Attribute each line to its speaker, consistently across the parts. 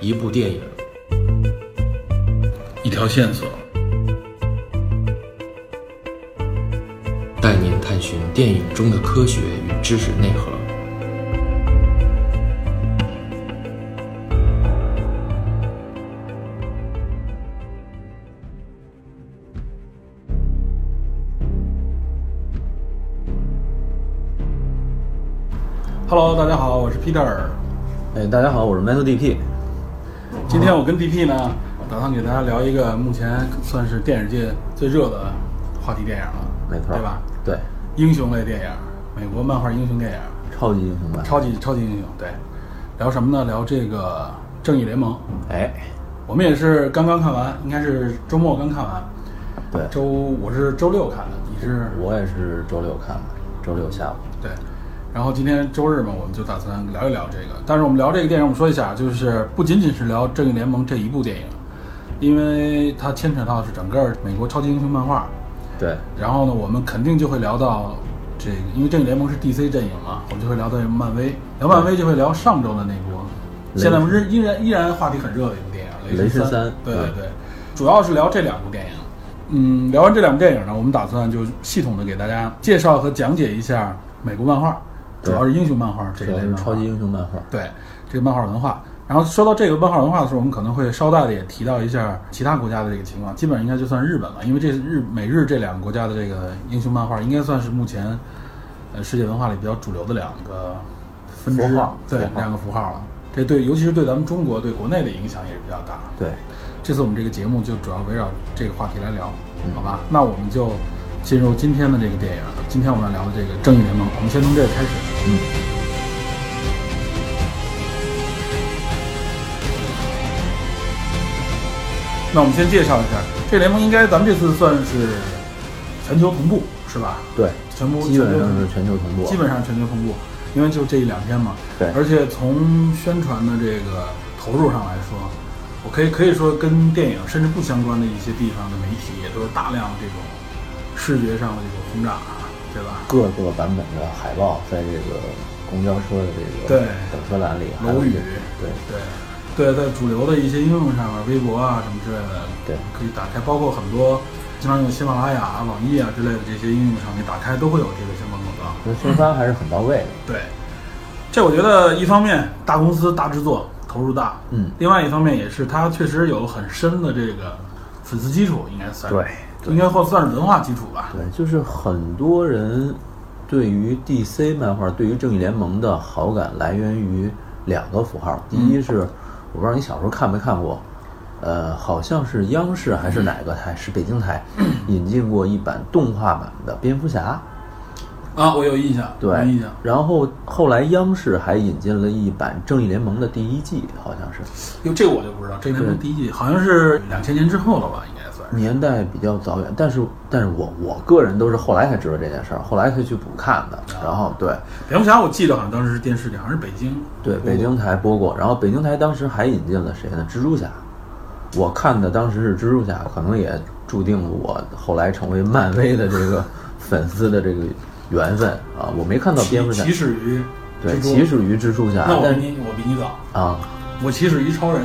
Speaker 1: 一部电影，
Speaker 2: 一条线索，
Speaker 1: 带您探寻电影中的科学与知识内核。
Speaker 2: Hello，大家好，我是 Peter。
Speaker 3: 哎，大家好，我是 Metal DP。
Speaker 2: 今天我跟 DP 呢，打算给大家聊一个目前算是电影界最热的话题电影了，
Speaker 3: 没错，
Speaker 2: 对吧？
Speaker 3: 对，
Speaker 2: 英雄类电影，美国漫画英雄电影，
Speaker 3: 超级英雄吧。
Speaker 2: 超级超级英雄，对。聊什么呢？聊这个《正义联盟》。
Speaker 3: 哎，
Speaker 2: 我们也是刚刚看完，应该是周末刚看完。
Speaker 3: 对，
Speaker 2: 周我是周六看的，你是
Speaker 3: 我也是周六看的，周六下午。
Speaker 2: 对，然后今天周日嘛，我们就打算聊一聊这个。但是我们聊这个电影，我们说一下，就是不仅仅是聊《正义联盟》这一部电影，因为它牵扯到是整个美国超级英雄漫画。
Speaker 3: 对，
Speaker 2: 然后呢，我们肯定就会聊到这个，因为《正义联盟》是 DC 阵营嘛，我们就会聊到漫威。聊漫威就会聊上周的那部，
Speaker 3: 雷
Speaker 2: 现在我们依然依然话题很热的一部电影《
Speaker 3: 雷
Speaker 2: 神
Speaker 3: 神三
Speaker 2: 对对
Speaker 3: 嗯
Speaker 2: 对，主要是聊这两部电影。嗯，聊完这两部电影呢，我们打算就系统的给大家介绍和讲解一下美国漫画，主
Speaker 3: 对
Speaker 2: 要是英雄漫画这一
Speaker 3: 主
Speaker 2: 类啊
Speaker 3: 要
Speaker 2: 漫
Speaker 3: 是
Speaker 2: 画
Speaker 3: 超级英雄漫画。
Speaker 2: 对这个漫画文化。然后说到这个漫画文化的时候，我们可能会捎带的也提到一下其他国家的这个情况，基本上应该就算日本吧，因为这是日美日这两个国家的这个英雄漫画，应该算是目前呃世界文化里比较主流的两个分支
Speaker 3: 符号，
Speaker 2: 对
Speaker 3: 符号
Speaker 2: 两个符号了。这对，尤其是对咱们中国对国内的影响也是比较大。
Speaker 3: 对，
Speaker 2: 这次我们这个节目就主要围绕这个话题来聊，
Speaker 3: 嗯
Speaker 2: 好吧？那我们就进入今天的这个电影，今天我们要聊的这个《正义联盟》，我们先从这个开始。
Speaker 3: 嗯。
Speaker 2: 那我们先介绍一下，这联盟应该咱们这次算是全球同步是吧？
Speaker 3: 对，
Speaker 2: 全部
Speaker 3: 基本上是全球同步。
Speaker 2: 基本上全球同步，因为就这一两天嘛。
Speaker 3: 对
Speaker 2: 而且从宣传的这个投入上来说，我可以可以说跟电影甚至不相关的一些地方的媒体也都是大量的这种视觉上的这种轰炸，啊对吧？
Speaker 3: 各个版本的海报在这个公交车的这
Speaker 2: 对
Speaker 3: 个等车栏里，还有
Speaker 2: 楼宇
Speaker 3: 这啊对
Speaker 2: 对。对，在主流的一些应用上面，微博啊什么之类的，
Speaker 3: 对
Speaker 2: 可以打开，包括很多经常用喜马拉雅啊、网易啊之类的这些应用上，你打开都会有这个相关广告。
Speaker 3: 那宣发还是很到位的。
Speaker 2: 对，这我觉得一方面大公司大制作投入大，
Speaker 3: 嗯
Speaker 2: 另外一方面也是它确实有很深的这个粉丝基础，应该算是
Speaker 3: 对对
Speaker 2: 应该或算是文化基础吧。
Speaker 3: 对，就是很多人对于 DC 漫画、对于正义联盟的好感来源于两个符号。第
Speaker 2: 嗯
Speaker 3: 一是，我不知道你小时候看没看过，呃，好像是央视还是哪个台，是北京台 引进过一版动画版的蝙蝠侠。
Speaker 2: 啊，我有印象，
Speaker 3: 对
Speaker 2: 有印象，，
Speaker 3: 然后后来央视还引进了一版《正义联盟》的第一季，好像是
Speaker 2: 因为这个我就不知道，这个是第一季，好像是两千年之后了吧，应该算是。
Speaker 3: 年代比较早远，但是但是我我个人都是后来才知道这件事儿，后来才去补看的。然后对，
Speaker 2: 蝙蝠侠我记得好像当时是电视里，好像是北京，
Speaker 3: 对，北京台播过，然后北京台当时还引进了谁呢？蜘蛛侠。我看的当时是蜘蛛侠，可能也注定了我后来成为漫威的这个粉丝的这个缘分啊。我没看到蝙蝠侠
Speaker 2: 起，始于
Speaker 3: 对，
Speaker 2: 蜘蛛
Speaker 3: 起始于蜘蛛侠
Speaker 2: 那，我
Speaker 3: 但
Speaker 2: 比你我比你早，
Speaker 3: 啊，
Speaker 2: 我起始于超人。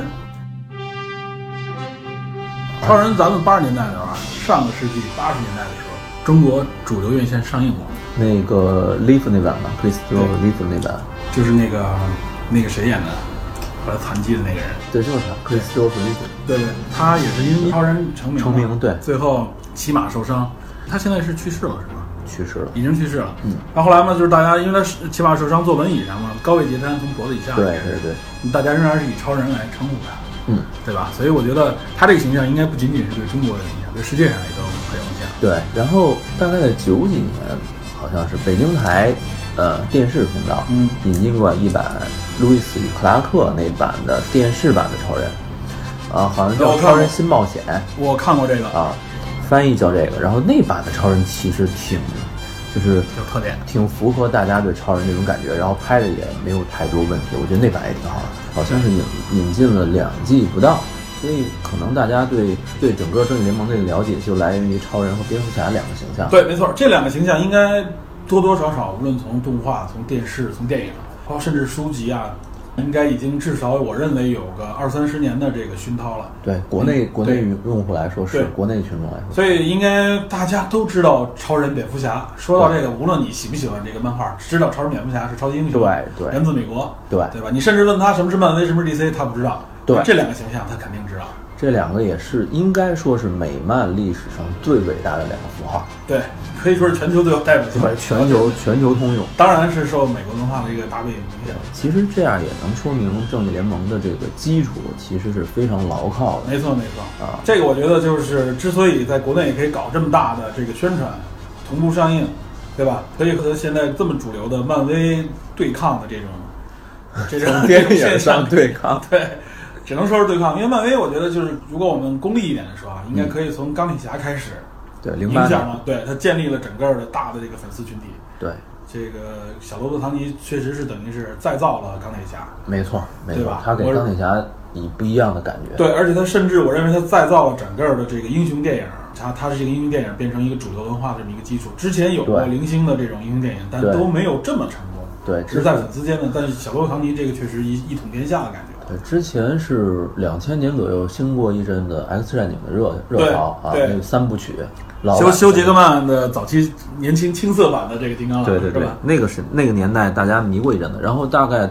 Speaker 2: 超人，咱们八十年代的时候啊，上个世纪八十年代的时候，中国主流院线上映过，
Speaker 3: 那个 Leaf 那版吧 c h r i s t o
Speaker 2: 对
Speaker 3: Leaf 那版，
Speaker 2: 就是那个那个谁演的，后来残疾的那个人。
Speaker 3: 对，就是他 c h r i s t o Leaf，
Speaker 2: 对对，他也是因为超人成名嘛
Speaker 3: 成名对
Speaker 2: 最后骑马受伤，他现在是去世了是吧？
Speaker 3: 去世了。
Speaker 2: 已经去世了。嗯。那后来嘛，就是大家因为他是骑马受伤坐轮椅上嘛，高位截瘫从脖子以下，
Speaker 3: 对对对，
Speaker 2: 大家仍然是以超人来称呼他。
Speaker 3: 嗯，
Speaker 2: 对吧？所以我觉得他这个形象应该不仅仅是对中国有影响，对世界上也都很有影响。
Speaker 3: 对，然后大概在九几年，好像是北京台呃电视频道，
Speaker 2: 嗯
Speaker 3: 引进过一版路易斯与克拉克那版的电视版的超人，啊，好像叫
Speaker 2: 我
Speaker 3: 《
Speaker 2: 看
Speaker 3: 超人
Speaker 2: 过
Speaker 3: 新冒险》
Speaker 2: 我看过这个，
Speaker 3: 啊，翻译叫这个。然后那版的超人其实挺，就是
Speaker 2: 有特点。
Speaker 3: 挺符合大家对超人这种感觉，然后拍的也没有太多问题，我觉得那版也挺好的，好像是引引进了两季不到，所以可能大家对对整个正义联盟这个了解就来源于超人和蝙蝠侠两个形象。
Speaker 2: 对，没错，这两个形象应该多多少少，无论从动画、从电视、从电影，包括甚至书籍啊，应该已经至少我认为有个二三十年的这个熏陶了。
Speaker 3: 对国内
Speaker 2: 嗯
Speaker 3: 国内
Speaker 2: 对
Speaker 3: 用户来说是
Speaker 2: 对，
Speaker 3: 国内群众来说，
Speaker 2: 所以应该大家都知道超人、蝙蝠侠。说到这个，无论你喜不喜欢这个漫画，知道超人、蝙蝠侠是超级英雄，
Speaker 3: 对对
Speaker 2: 源自美国，
Speaker 3: 对
Speaker 2: 对吧？你甚至问他什么是漫威，什么是 DC，他不知道。
Speaker 3: 对
Speaker 2: 那这两个形象他肯定知道。
Speaker 3: 这两个也是应该说是美漫历史上最伟大的两个符号，
Speaker 2: 对，可以说是全球最有代表性。
Speaker 3: 对，全球全球通用。
Speaker 2: 当然是受美国文化的一个大背景影响。
Speaker 3: 其实这样也能说明正义联盟的这个基础其实是非常牢靠的。
Speaker 2: 没错，没错
Speaker 3: 啊
Speaker 2: 这个我觉得就是之所以在国内也可以搞这么大的这个宣传，同步上映，对吧？可以和现在这么主流的漫威对抗的这种这种这种现象
Speaker 3: 对抗，
Speaker 2: 对，只能说是对抗。因为漫威，我觉得就是如果我们功利一点的说啊，应该可以从钢铁侠开始
Speaker 3: 对零
Speaker 2: 影
Speaker 3: 八
Speaker 2: 响
Speaker 3: 年，
Speaker 2: 了，对他建立了整个的大的这个粉丝群体。
Speaker 3: 对，
Speaker 2: 这个小罗伯特·唐尼确实是等于是再造了钢铁侠，
Speaker 3: 没错没
Speaker 2: 对
Speaker 3: 错
Speaker 2: 吧，
Speaker 3: 他给
Speaker 2: 我是
Speaker 3: 钢铁侠以不一样的感觉。
Speaker 2: 对，而且他甚至我认为他再造了整个的这个英雄电影，它它是这个英雄电影变成一个主流文化的这么一个基础。之前有过
Speaker 3: 对
Speaker 2: 零星的这种英雄电影，但
Speaker 3: 对
Speaker 2: 都没有这么成功，
Speaker 3: 对
Speaker 2: 只是在粉丝间呢。但是小罗伯特·唐尼这个确实一一统天下的感觉。
Speaker 3: 对，之前是两千年左右兴过一阵子 X 战警的热
Speaker 2: 对
Speaker 3: 热潮啊，
Speaker 2: 对
Speaker 3: 那个三部曲，老
Speaker 2: 修
Speaker 3: 版
Speaker 2: 修
Speaker 3: 的
Speaker 2: 杰克曼的早期年轻青涩版的这个金刚狼，
Speaker 3: 对对对
Speaker 2: 是吧？，
Speaker 3: 那个是那个年代大家迷过一阵子，然后大概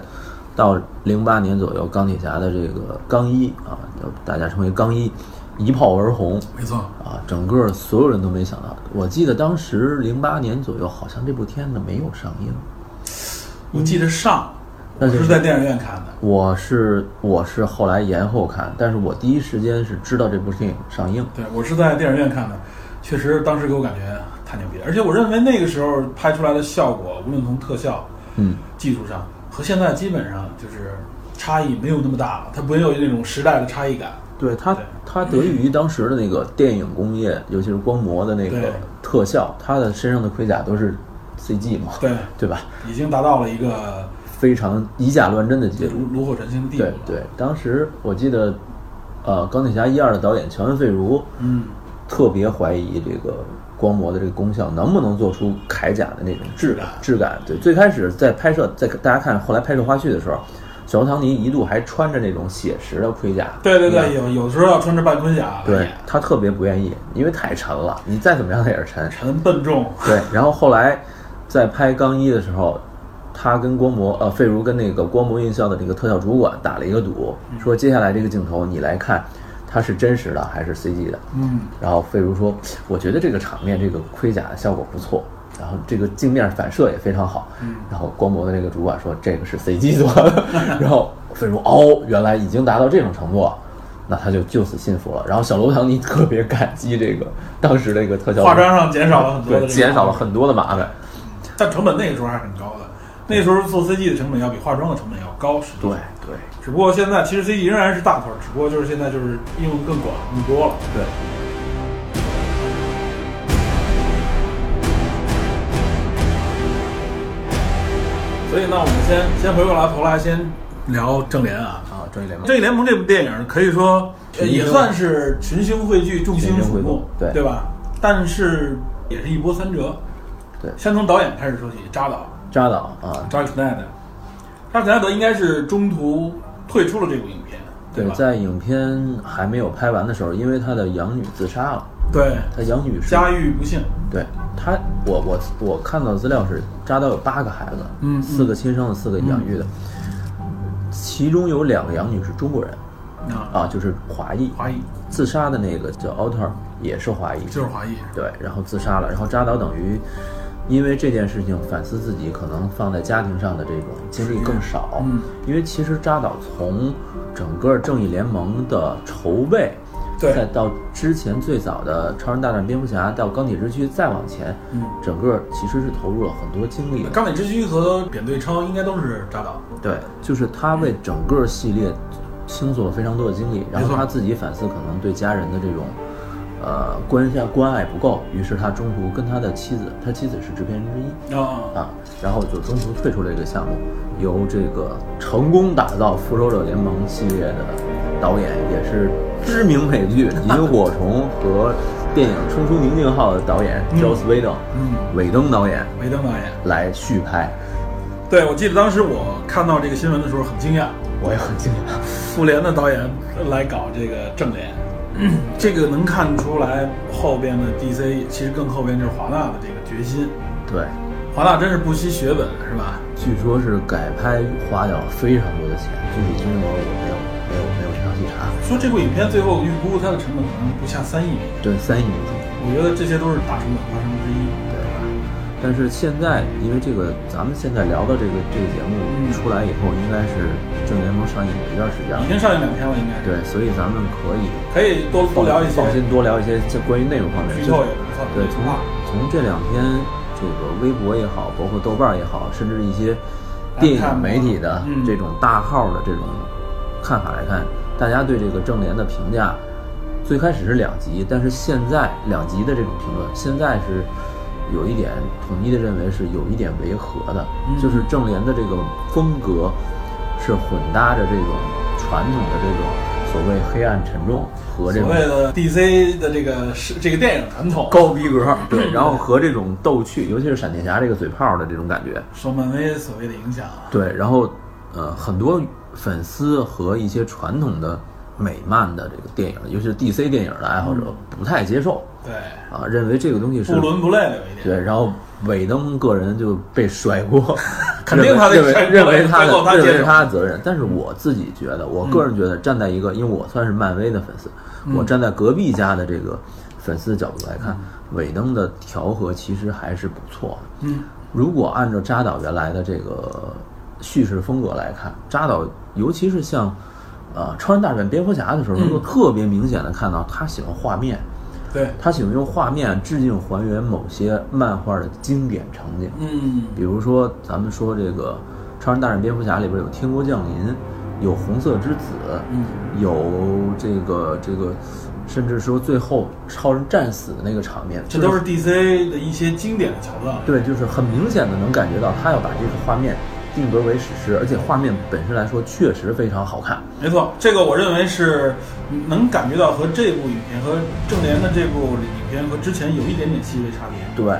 Speaker 3: 到零八年左右，钢铁侠的这个钢一啊，就大家称为钢一，一炮而红
Speaker 2: 没错，
Speaker 3: 啊，整个所有人都没想到。我记得当时零八年左右，好像这部片子没有上映，
Speaker 2: 我记得上，我
Speaker 3: 嗯那就是
Speaker 2: 是在电影院看的。
Speaker 3: 我是我是后来延后看，但是我第一时间是知道这部电影上映，
Speaker 2: 对，我是在电影院看的，确实当时给我感觉太牛逼了，而且我认为那个时候拍出来的效果，无论从特效、
Speaker 3: 嗯，
Speaker 2: 技术上，和现在基本上就是差异没有那么大了，它没有那种时代的差异感。
Speaker 3: 对它
Speaker 2: 对，
Speaker 3: 它得益于当时的那个电影工业，尤其是光魔的那
Speaker 2: 对
Speaker 3: 个特效，它的身上的盔甲都是 CG 嘛，
Speaker 2: 对，
Speaker 3: 对吧？
Speaker 2: 已经达到了一个
Speaker 3: 非常以假乱真的结
Speaker 2: 炉
Speaker 3: 果。
Speaker 2: 炉火纯青的地步
Speaker 3: 对
Speaker 2: 了。
Speaker 3: 对，当时我记得，呃，钢铁侠一二的导演乔恩·费如
Speaker 2: 嗯，
Speaker 3: 特别怀疑这个光魔的这个功效能不能做出铠甲的那种质感。质感对，最开始在拍摄，在大家看后来拍摄花絮的时候，小罗唐尼一度还穿着那种写实的盔甲。
Speaker 2: 对对对，
Speaker 3: 嗯。
Speaker 2: 有有时候要穿着半哎盔甲来
Speaker 3: 对
Speaker 2: 演，
Speaker 3: 他特别不愿意，因为太沉了，你再怎么样它也是沉。
Speaker 2: 沉笨重，
Speaker 3: 对，然后后来在拍《钢一》的时候，他跟光魔呃费如跟那个光魔院校的这个特效主管打了一个赌，
Speaker 2: 嗯
Speaker 3: 说接下来这个镜头你来看，它是真实的还是 CG 的？
Speaker 2: 嗯，
Speaker 3: 然后费如说，我觉得这个场面这个盔甲的效果不错。然后这个镜面反射也非常好，
Speaker 2: 嗯
Speaker 3: 然后光魔的这个主管说这个是 CG 做的， 然后费如哦，原来已经达到这种程度了，那他就就此信服了。然后小罗伯特唐尼特别感激这个当时的一个特效
Speaker 2: 化妆上减少了很多的这
Speaker 3: 对，
Speaker 2: 个
Speaker 3: 减少了很多的麻烦。
Speaker 2: 但成本那个时候还是很高的。那时候做 CG 的成本要比化妆的成本要高，实际上。
Speaker 3: 对
Speaker 2: 只不过现在其实 CG 仍然是大头儿，只不过就是现在就是应用更广更多了。
Speaker 3: 对，
Speaker 2: 所以呢，我们先先回过来头来先聊正联啊。
Speaker 3: 啊，正义联
Speaker 2: 《
Speaker 3: 盟
Speaker 2: 正义联盟》这部电影可以说呃也算是群星汇聚、众星瞩
Speaker 3: 群星汇
Speaker 2: 目
Speaker 3: 聚，对
Speaker 2: 对吧？但是也是一波三折。
Speaker 3: 对
Speaker 2: 先从导演开始说起，扎导
Speaker 3: 扎导啊，
Speaker 2: 扎克施奈德，扎克施奈德应该是中途退出了这部影片，
Speaker 3: 对，
Speaker 2: 吧？
Speaker 3: 在影片还没有拍完的时候，因为他的养女自杀了，
Speaker 2: 对，
Speaker 3: 他养女是，
Speaker 2: 家遇不幸，
Speaker 3: 对他，我我我看到的资料是扎导有八个孩子，
Speaker 2: 嗯嗯嗯
Speaker 3: 四个亲生的，四个养育的，其中有两个养女是中国人
Speaker 2: 啊，
Speaker 3: 啊，就是华裔，
Speaker 2: 华裔
Speaker 3: 自杀的那个叫奥特尔也是华裔，
Speaker 2: 就是华裔，
Speaker 3: 对，然后自杀了。然后扎导等于因为这件事情反思自己可能放在家庭上的这种精力更少，
Speaker 2: 嗯
Speaker 3: 因为其实扎导从整个正义联盟的筹备，
Speaker 2: 对
Speaker 3: 再到之前最早的超人大战蝙蝠侠，到钢铁之躯，再往前，
Speaker 2: 嗯
Speaker 3: 整个其实是投入了很多精力的。
Speaker 2: 钢铁之躯和扁鹊超应该都是扎导，
Speaker 3: 对，就是他为整个系列倾诉了非常多的精力，然
Speaker 2: 没
Speaker 3: 后
Speaker 2: 错
Speaker 3: 他自己反思可能对家人的这种呃关下关爱不够，于是他中途跟他的妻子，他妻子是制片人之一
Speaker 2: 啊，
Speaker 3: 啊，然后就中途退出了这个项目，由这个成功打造《复仇者联盟》系列的导演，也是知名美剧《萤火虫》和电影《冲出宁静号》的导演 Joss Whedon，
Speaker 2: 嗯
Speaker 3: 韦登导演
Speaker 2: 梅登导演。
Speaker 3: 来续拍，
Speaker 2: 对，我记得当时我看到这个新闻的时候很惊讶，
Speaker 3: 我也很惊讶。
Speaker 2: 复联的导演来搞这个正 联，这个能看出来后边的 DC 其实更后边就是华纳的这个决心，
Speaker 3: 对，
Speaker 2: 华纳真是不惜血本是吧？
Speaker 3: 据说是改拍花掉了非常多的钱，具体金额我没有没有没有详细查。
Speaker 2: 说这部影片最后预估它的成本可能不下三亿美金，
Speaker 3: 对，三亿美金。
Speaker 2: 我觉得这些都是大成本花生之一。
Speaker 3: 对吧？但是现在，因为这个，咱们现在聊的这个这个节目
Speaker 2: 嗯
Speaker 3: 出来以后，应该是正联盟上映有一段时间
Speaker 2: 已经
Speaker 3: 了，
Speaker 2: 上映两天了，应该是。
Speaker 3: 对，所以咱们可以
Speaker 2: 可以多多聊一些
Speaker 3: 放心多聊一些这关于内容方面。
Speaker 2: 剧
Speaker 3: 就
Speaker 2: 透也不错，
Speaker 3: 对，
Speaker 2: 也
Speaker 3: 从
Speaker 2: 不怕。
Speaker 3: 从这两天这个微博也好，包括豆瓣也好，甚至一些电影媒体的
Speaker 2: 嗯
Speaker 3: 这种大号的这种看法来看，大家对这个正联的评价，最开始是两极，但是现在两极的这种评论，现在是有一点统一的认为是有一点违和的，
Speaker 2: 嗯
Speaker 3: 就是正联的这个风格是混搭着这种传统的这种所谓黑暗沉重和这
Speaker 2: 所
Speaker 3: 种
Speaker 2: 谓的 DC 的这个是这个电影传统，
Speaker 3: 高逼格，对，然后和这种逗趣，尤其是闪电侠这个嘴炮的这种感觉，
Speaker 2: 受漫威所谓的影响啊。
Speaker 3: 对，然后呃，很多粉丝和一些传统的美漫的这个电影，尤其是 DC 电影的爱好者不太接受
Speaker 2: 对，
Speaker 3: 啊，认为这个东西是
Speaker 2: 不伦不类的有一点。
Speaker 3: 对，然后韦登个人就被甩 锅，
Speaker 2: 肯定他得
Speaker 3: 认为
Speaker 2: 甩锅
Speaker 3: 认为他
Speaker 2: 最后
Speaker 3: 的
Speaker 2: 他
Speaker 3: 认为
Speaker 2: 接
Speaker 3: 是
Speaker 2: 受
Speaker 3: 他的责任，但是我自己觉得，我个人觉得站在一个，因为我算是漫威的粉丝，我站在隔壁家的这个粉丝的角度来看，嗯韦登的调和其实还是不错的。
Speaker 2: 嗯，
Speaker 3: 如果按照扎导原来的这个叙事风格来看，扎导尤其是像呃超人大战蝙蝠侠的时候，嗯能够特别明显的看到他喜欢画面，
Speaker 2: 对，
Speaker 3: 他喜欢用画面致敬还原某些漫画的经典场景，
Speaker 2: 嗯，
Speaker 3: 比如说咱们说这个《超人大战蝙蝠侠》里边有天国降临，有红色之子，
Speaker 2: 嗯
Speaker 3: 有这个这个，甚至说最后超人战死的那个场面，
Speaker 2: 这
Speaker 3: 就
Speaker 2: 都是 DC 的一些经典的桥段。
Speaker 3: 对，就是很明显的能感觉到他要把这个画面定格为史诗，而且画面本身来说确实非常好看。
Speaker 2: 没错，这个我认为是能感觉到和这部影片和正联的这部影片和之前有一点点细微差别。
Speaker 3: 对，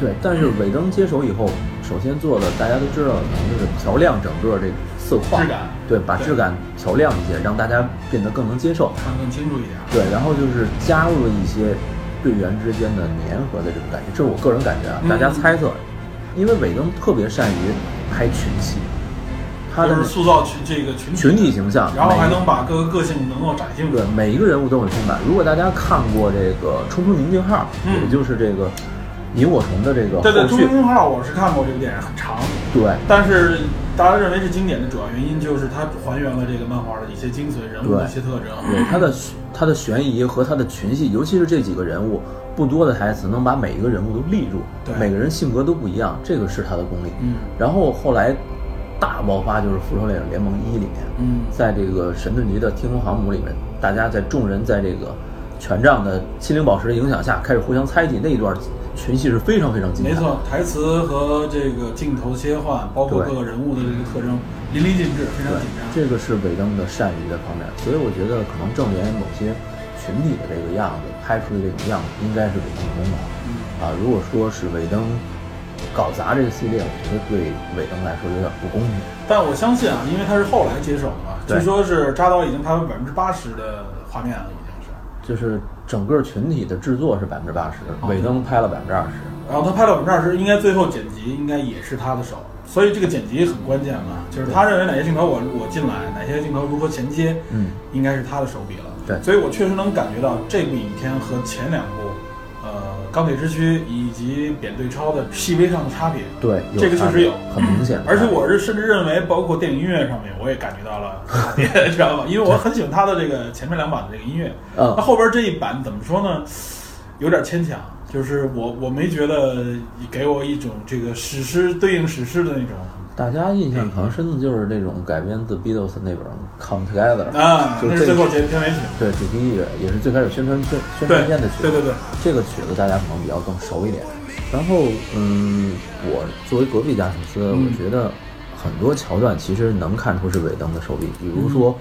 Speaker 3: 对，但是尾灯接手以后，首先做的大家都知道，可能就是调亮整个这个色块
Speaker 2: 质感
Speaker 3: 对，把
Speaker 2: 对
Speaker 3: 质感调亮一些，让大家变得更能接受。
Speaker 2: 看得更清楚一点。
Speaker 3: 对，然后就是加入了一些队员之间的粘合的这种感觉，这是我个人感觉啊，
Speaker 2: 嗯
Speaker 3: 大家猜测，因为尾灯特别善于拍群戏，他的
Speaker 2: 就是塑造群这个群体
Speaker 3: 群体形象，
Speaker 2: 然后还
Speaker 3: 每
Speaker 2: 能把各个个性能够展现出
Speaker 3: 对
Speaker 2: 来。
Speaker 3: 每一个人物都很丰满。如果大家看过这个《冲出宁静号》，
Speaker 2: 嗯
Speaker 3: 也就是这个萤火虫的这个
Speaker 2: 对对，《
Speaker 3: 后
Speaker 2: 中
Speaker 3: 续
Speaker 2: 英，通号》我是看过这个电影，很长，
Speaker 3: 对
Speaker 2: 但是大家认为是经典的主要原因就是它还原了这个漫画的一些精髓、人物的一些特征。
Speaker 3: 对，他的他的悬疑和他的群戏，尤其是这几个人物不多的台词，能把每一个人物都立住
Speaker 2: 对，
Speaker 3: 每个人性格都不一样，这个是他的功力。
Speaker 2: 嗯
Speaker 3: 然后后来大爆发就是《复仇者联盟一》里面，
Speaker 2: 嗯
Speaker 3: 在这个神盾局的天空航母里面，大家在众人在这个权杖的心灵宝石的影响下，开始互相猜忌，那一段群戏是非常非常精彩。
Speaker 2: 没，错，台词和这个镜头切换，包括
Speaker 3: 对
Speaker 2: 各个人物的这个特征，淋漓尽致，非常
Speaker 3: 对
Speaker 2: 紧，张。
Speaker 3: 这个是尾灯的善于的方面，所以我觉得可能正联某些群体的这个样子拍出的这种样子，应该是尾灯的功劳。
Speaker 2: 嗯
Speaker 3: 啊，如果说是尾灯搞砸这个系列，我觉得对尾灯来说有点不公平。
Speaker 2: 但我相信啊，因为他是后来接手的嘛，
Speaker 3: 对
Speaker 2: 据说是扎导已经拍了百分之八十的画面了，已经是。
Speaker 3: 就是整个群体的制作是百分之八十，
Speaker 2: 哦
Speaker 3: 尾灯拍了百分之二十。
Speaker 2: 然后他拍到我们这儿时，应该最后剪辑应该也是他的手，所以这个剪辑很关键嘛，就是他认为哪些镜头我我进来，哪些镜头如何衔接，
Speaker 3: 嗯，
Speaker 2: 应该是他的手笔了。
Speaker 3: 对
Speaker 2: 所以我确实能感觉到这部影片和前两部，呃，《钢铁之躯》以及《扁对超》的细微上的差别。
Speaker 3: 对，有
Speaker 2: 这个
Speaker 3: 差
Speaker 2: 确
Speaker 3: 别
Speaker 2: 实有。
Speaker 3: 很明显的差别。
Speaker 2: 而且我是甚至认为，包括电影音乐上面，我也感觉到 了差别，知道吧？因为我很喜欢他的这个前面两版的这个音乐，
Speaker 3: 嗯
Speaker 2: 那后边这一版怎么说呢？有点牵强，就是我我没觉得给我一种这个史诗对应史诗的那种
Speaker 3: 大家印象可能深的就是这种改编自 Beatles 那本《Come Together》
Speaker 2: 啊，
Speaker 3: 就
Speaker 2: 那
Speaker 3: 是
Speaker 2: 是
Speaker 3: 这
Speaker 2: 最后
Speaker 3: 个
Speaker 2: 结片尾曲，
Speaker 3: 对主题乐，也是最开始宣传宣宣
Speaker 2: 对
Speaker 3: 传片的曲子。
Speaker 2: 对对对，
Speaker 3: 这个曲子大家可能比较更熟一点。然后，嗯，我作为隔壁家粉丝，
Speaker 2: 嗯
Speaker 3: 我觉得很多桥段其实能看出是尾灯的手笔，比如说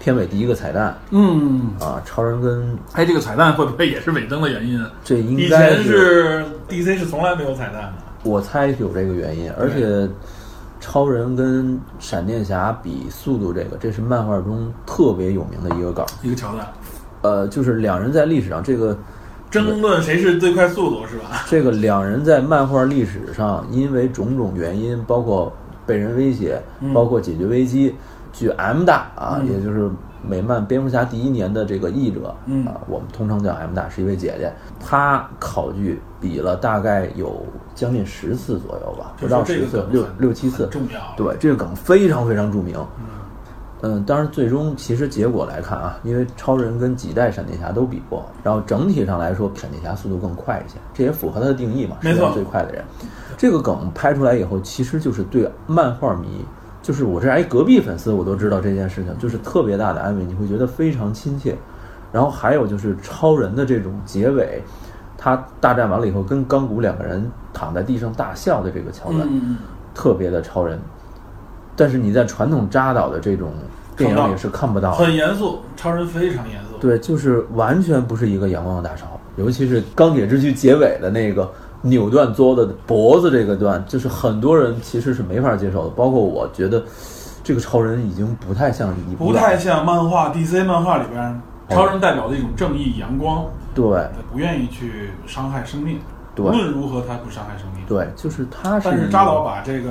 Speaker 3: 片尾第一个彩蛋
Speaker 2: 嗯，
Speaker 3: 啊，超人跟
Speaker 2: 哎，这个彩蛋会不会也是尾灯的原因啊？
Speaker 3: 这应
Speaker 2: 以
Speaker 3: 该
Speaker 2: 前是 DC 是从来没有彩蛋的，
Speaker 3: 我猜有这个原因，而且超人跟闪电侠比速度这个，这是漫画中特别有名的一个梗。
Speaker 2: 一个桥段，
Speaker 3: 呃，就是两人在历史上这个
Speaker 2: 争论谁是最快速度是吧？
Speaker 3: 这个两人在漫画历史上因为种种原因，包括被人威胁，
Speaker 2: 嗯
Speaker 3: 包括解决危机，据 M 大啊，也就是美漫蝙蝠侠第一年的这个译者、
Speaker 2: 嗯
Speaker 3: 啊，我们通常叫 M 大，是一位姐姐，她考据比了大概有将近十次左右吧，不
Speaker 2: 就
Speaker 3: 到
Speaker 2: 说这
Speaker 3: 十
Speaker 2: 个
Speaker 3: 次
Speaker 2: 梗，
Speaker 3: 六
Speaker 2: 很
Speaker 3: 六七次
Speaker 2: 很，重要。
Speaker 3: 对，这个梗非常非常著名。
Speaker 2: 嗯
Speaker 3: 嗯，当然，最终其实结果来看啊，因为超人跟几代闪电侠都比过，然后整体上来说，闪电侠速度更快一些，这也符合他的定义嘛，
Speaker 2: 没
Speaker 3: 世界
Speaker 2: 错
Speaker 3: 上最快的人。这个梗拍出来以后，其实就是对漫画迷，就是我这样一隔壁粉丝，我都知道这件事情，就是特别大的安慰，你会觉得非常亲切。然后还有就是超人的这种结尾，他大战完了以后，跟钢骨两个人躺在地上大笑的这个桥段，
Speaker 2: 嗯，
Speaker 3: 特别的超人，但是你在传统扎导的这种电影里是看不到的。
Speaker 2: 很严肃，超人非常严肃。
Speaker 3: 对，就是完全不是一个阳光的大潮，尤其是《钢铁之躯》结尾的那个扭断佐的脖子这个段，就是很多人其实是没法接受的，包括我觉得这个超人已经不太像一部
Speaker 2: 不太像漫画 DC 漫画里
Speaker 3: 哦
Speaker 2: 边超人代表的一种正义、阳光，
Speaker 3: 对
Speaker 2: 他不愿意去伤害生命。
Speaker 3: 对
Speaker 2: 无论如何他不伤害生命。
Speaker 3: 对，就是他是
Speaker 2: 但
Speaker 3: 一
Speaker 2: 是
Speaker 3: 个
Speaker 2: 扎导把这个，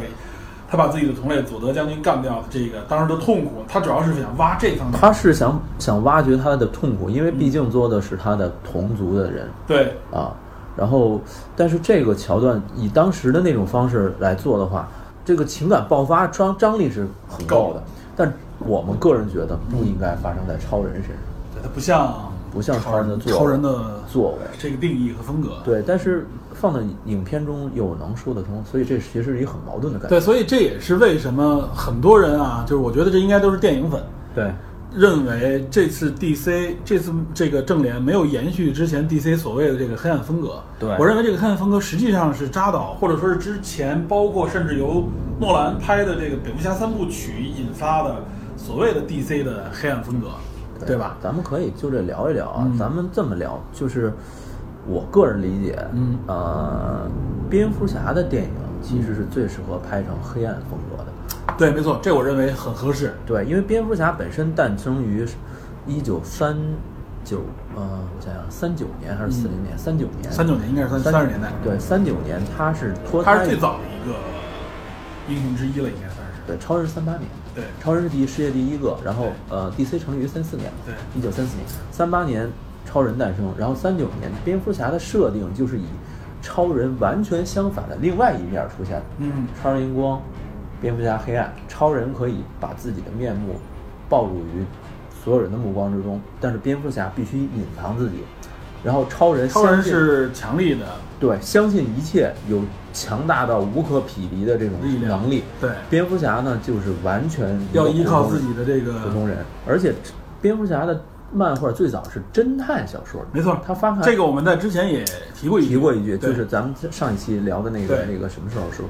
Speaker 2: 他把自己的同类佐德将军干掉的这个当时的痛苦，他主要是想挖这方面。
Speaker 3: 他是想想挖掘他的痛苦，因为毕竟做的是他的同族的人，
Speaker 2: 对，
Speaker 3: 啊。然后，但是这个桥段以当时的那种方式来做的话，这个情感爆发张张力是很高
Speaker 2: 够
Speaker 3: 的。但我们个人觉得不应该发生在超人身上，
Speaker 2: 对他不像
Speaker 3: 不像超人的作为
Speaker 2: 超人的
Speaker 3: 作为。
Speaker 2: 这个定义和风格。
Speaker 3: 对，但是放在影片中又能说得通，所以这其实是一个很矛盾的感觉。
Speaker 2: 对，所以这也是为什么很多人啊，就是我觉得这应该都是电影粉，
Speaker 3: 对
Speaker 2: 认为这次 DC 这次这个正联没有延续之前 DC 所谓的这个黑暗风格。
Speaker 3: 对
Speaker 2: 我认为这个黑暗风格实际上是扎导，或者说是之前包括甚至由诺兰拍的这个蝙蝠侠三部曲引发的所谓的 DC 的黑暗风格，对吧？
Speaker 3: 咱们可以就这聊一聊啊，
Speaker 2: 嗯
Speaker 3: 咱们这么聊，就是我个人理解，
Speaker 2: 嗯
Speaker 3: 呃，蝙蝠侠的电影其实是最适合拍成黑暗风格的。
Speaker 2: 对，没错，这我认为很合适。
Speaker 3: 对，因为蝙蝠侠本身诞生于一九三九，呃，我想想，三九年还是四零年？三九、年。
Speaker 2: 39年应该是三30年代
Speaker 3: 对，三九年他是脱胎
Speaker 2: 他是
Speaker 3: 于
Speaker 2: 最早的一个英雄之一了，应该算是。
Speaker 3: 对，超人是三八年。
Speaker 2: 对
Speaker 3: 超人是第一世界第一个，然后呃，DC 成立于三四年，
Speaker 2: 对
Speaker 3: 一九三四年，三八年超人诞生，然后三九年蝙蝠侠的设定就是以超人完全相反的另外一面出现，
Speaker 2: 嗯
Speaker 3: 超人荧光，蝙蝠侠黑暗，超人可以把自己的面目暴露于所有人的目光之中，但是蝙蝠侠必须隐藏自己，然后超人
Speaker 2: 超人
Speaker 3: 相信
Speaker 2: 是强力的，
Speaker 3: 对，相信一切有强大到无可匹敌的这种
Speaker 2: 力量
Speaker 3: 能力。
Speaker 2: 对
Speaker 3: 蝙蝠侠呢，就是完全一个
Speaker 2: 要依靠
Speaker 3: 普通
Speaker 2: 自己的这个
Speaker 3: 普通人，而且蝙蝠侠的漫画最早是侦探小说，
Speaker 2: 没错。
Speaker 3: 他翻开
Speaker 2: 这个我们在之前也提过一
Speaker 3: 提过一句，
Speaker 2: 对
Speaker 3: 就是咱们上一期聊的那个
Speaker 2: 对
Speaker 3: 那个什么时候说，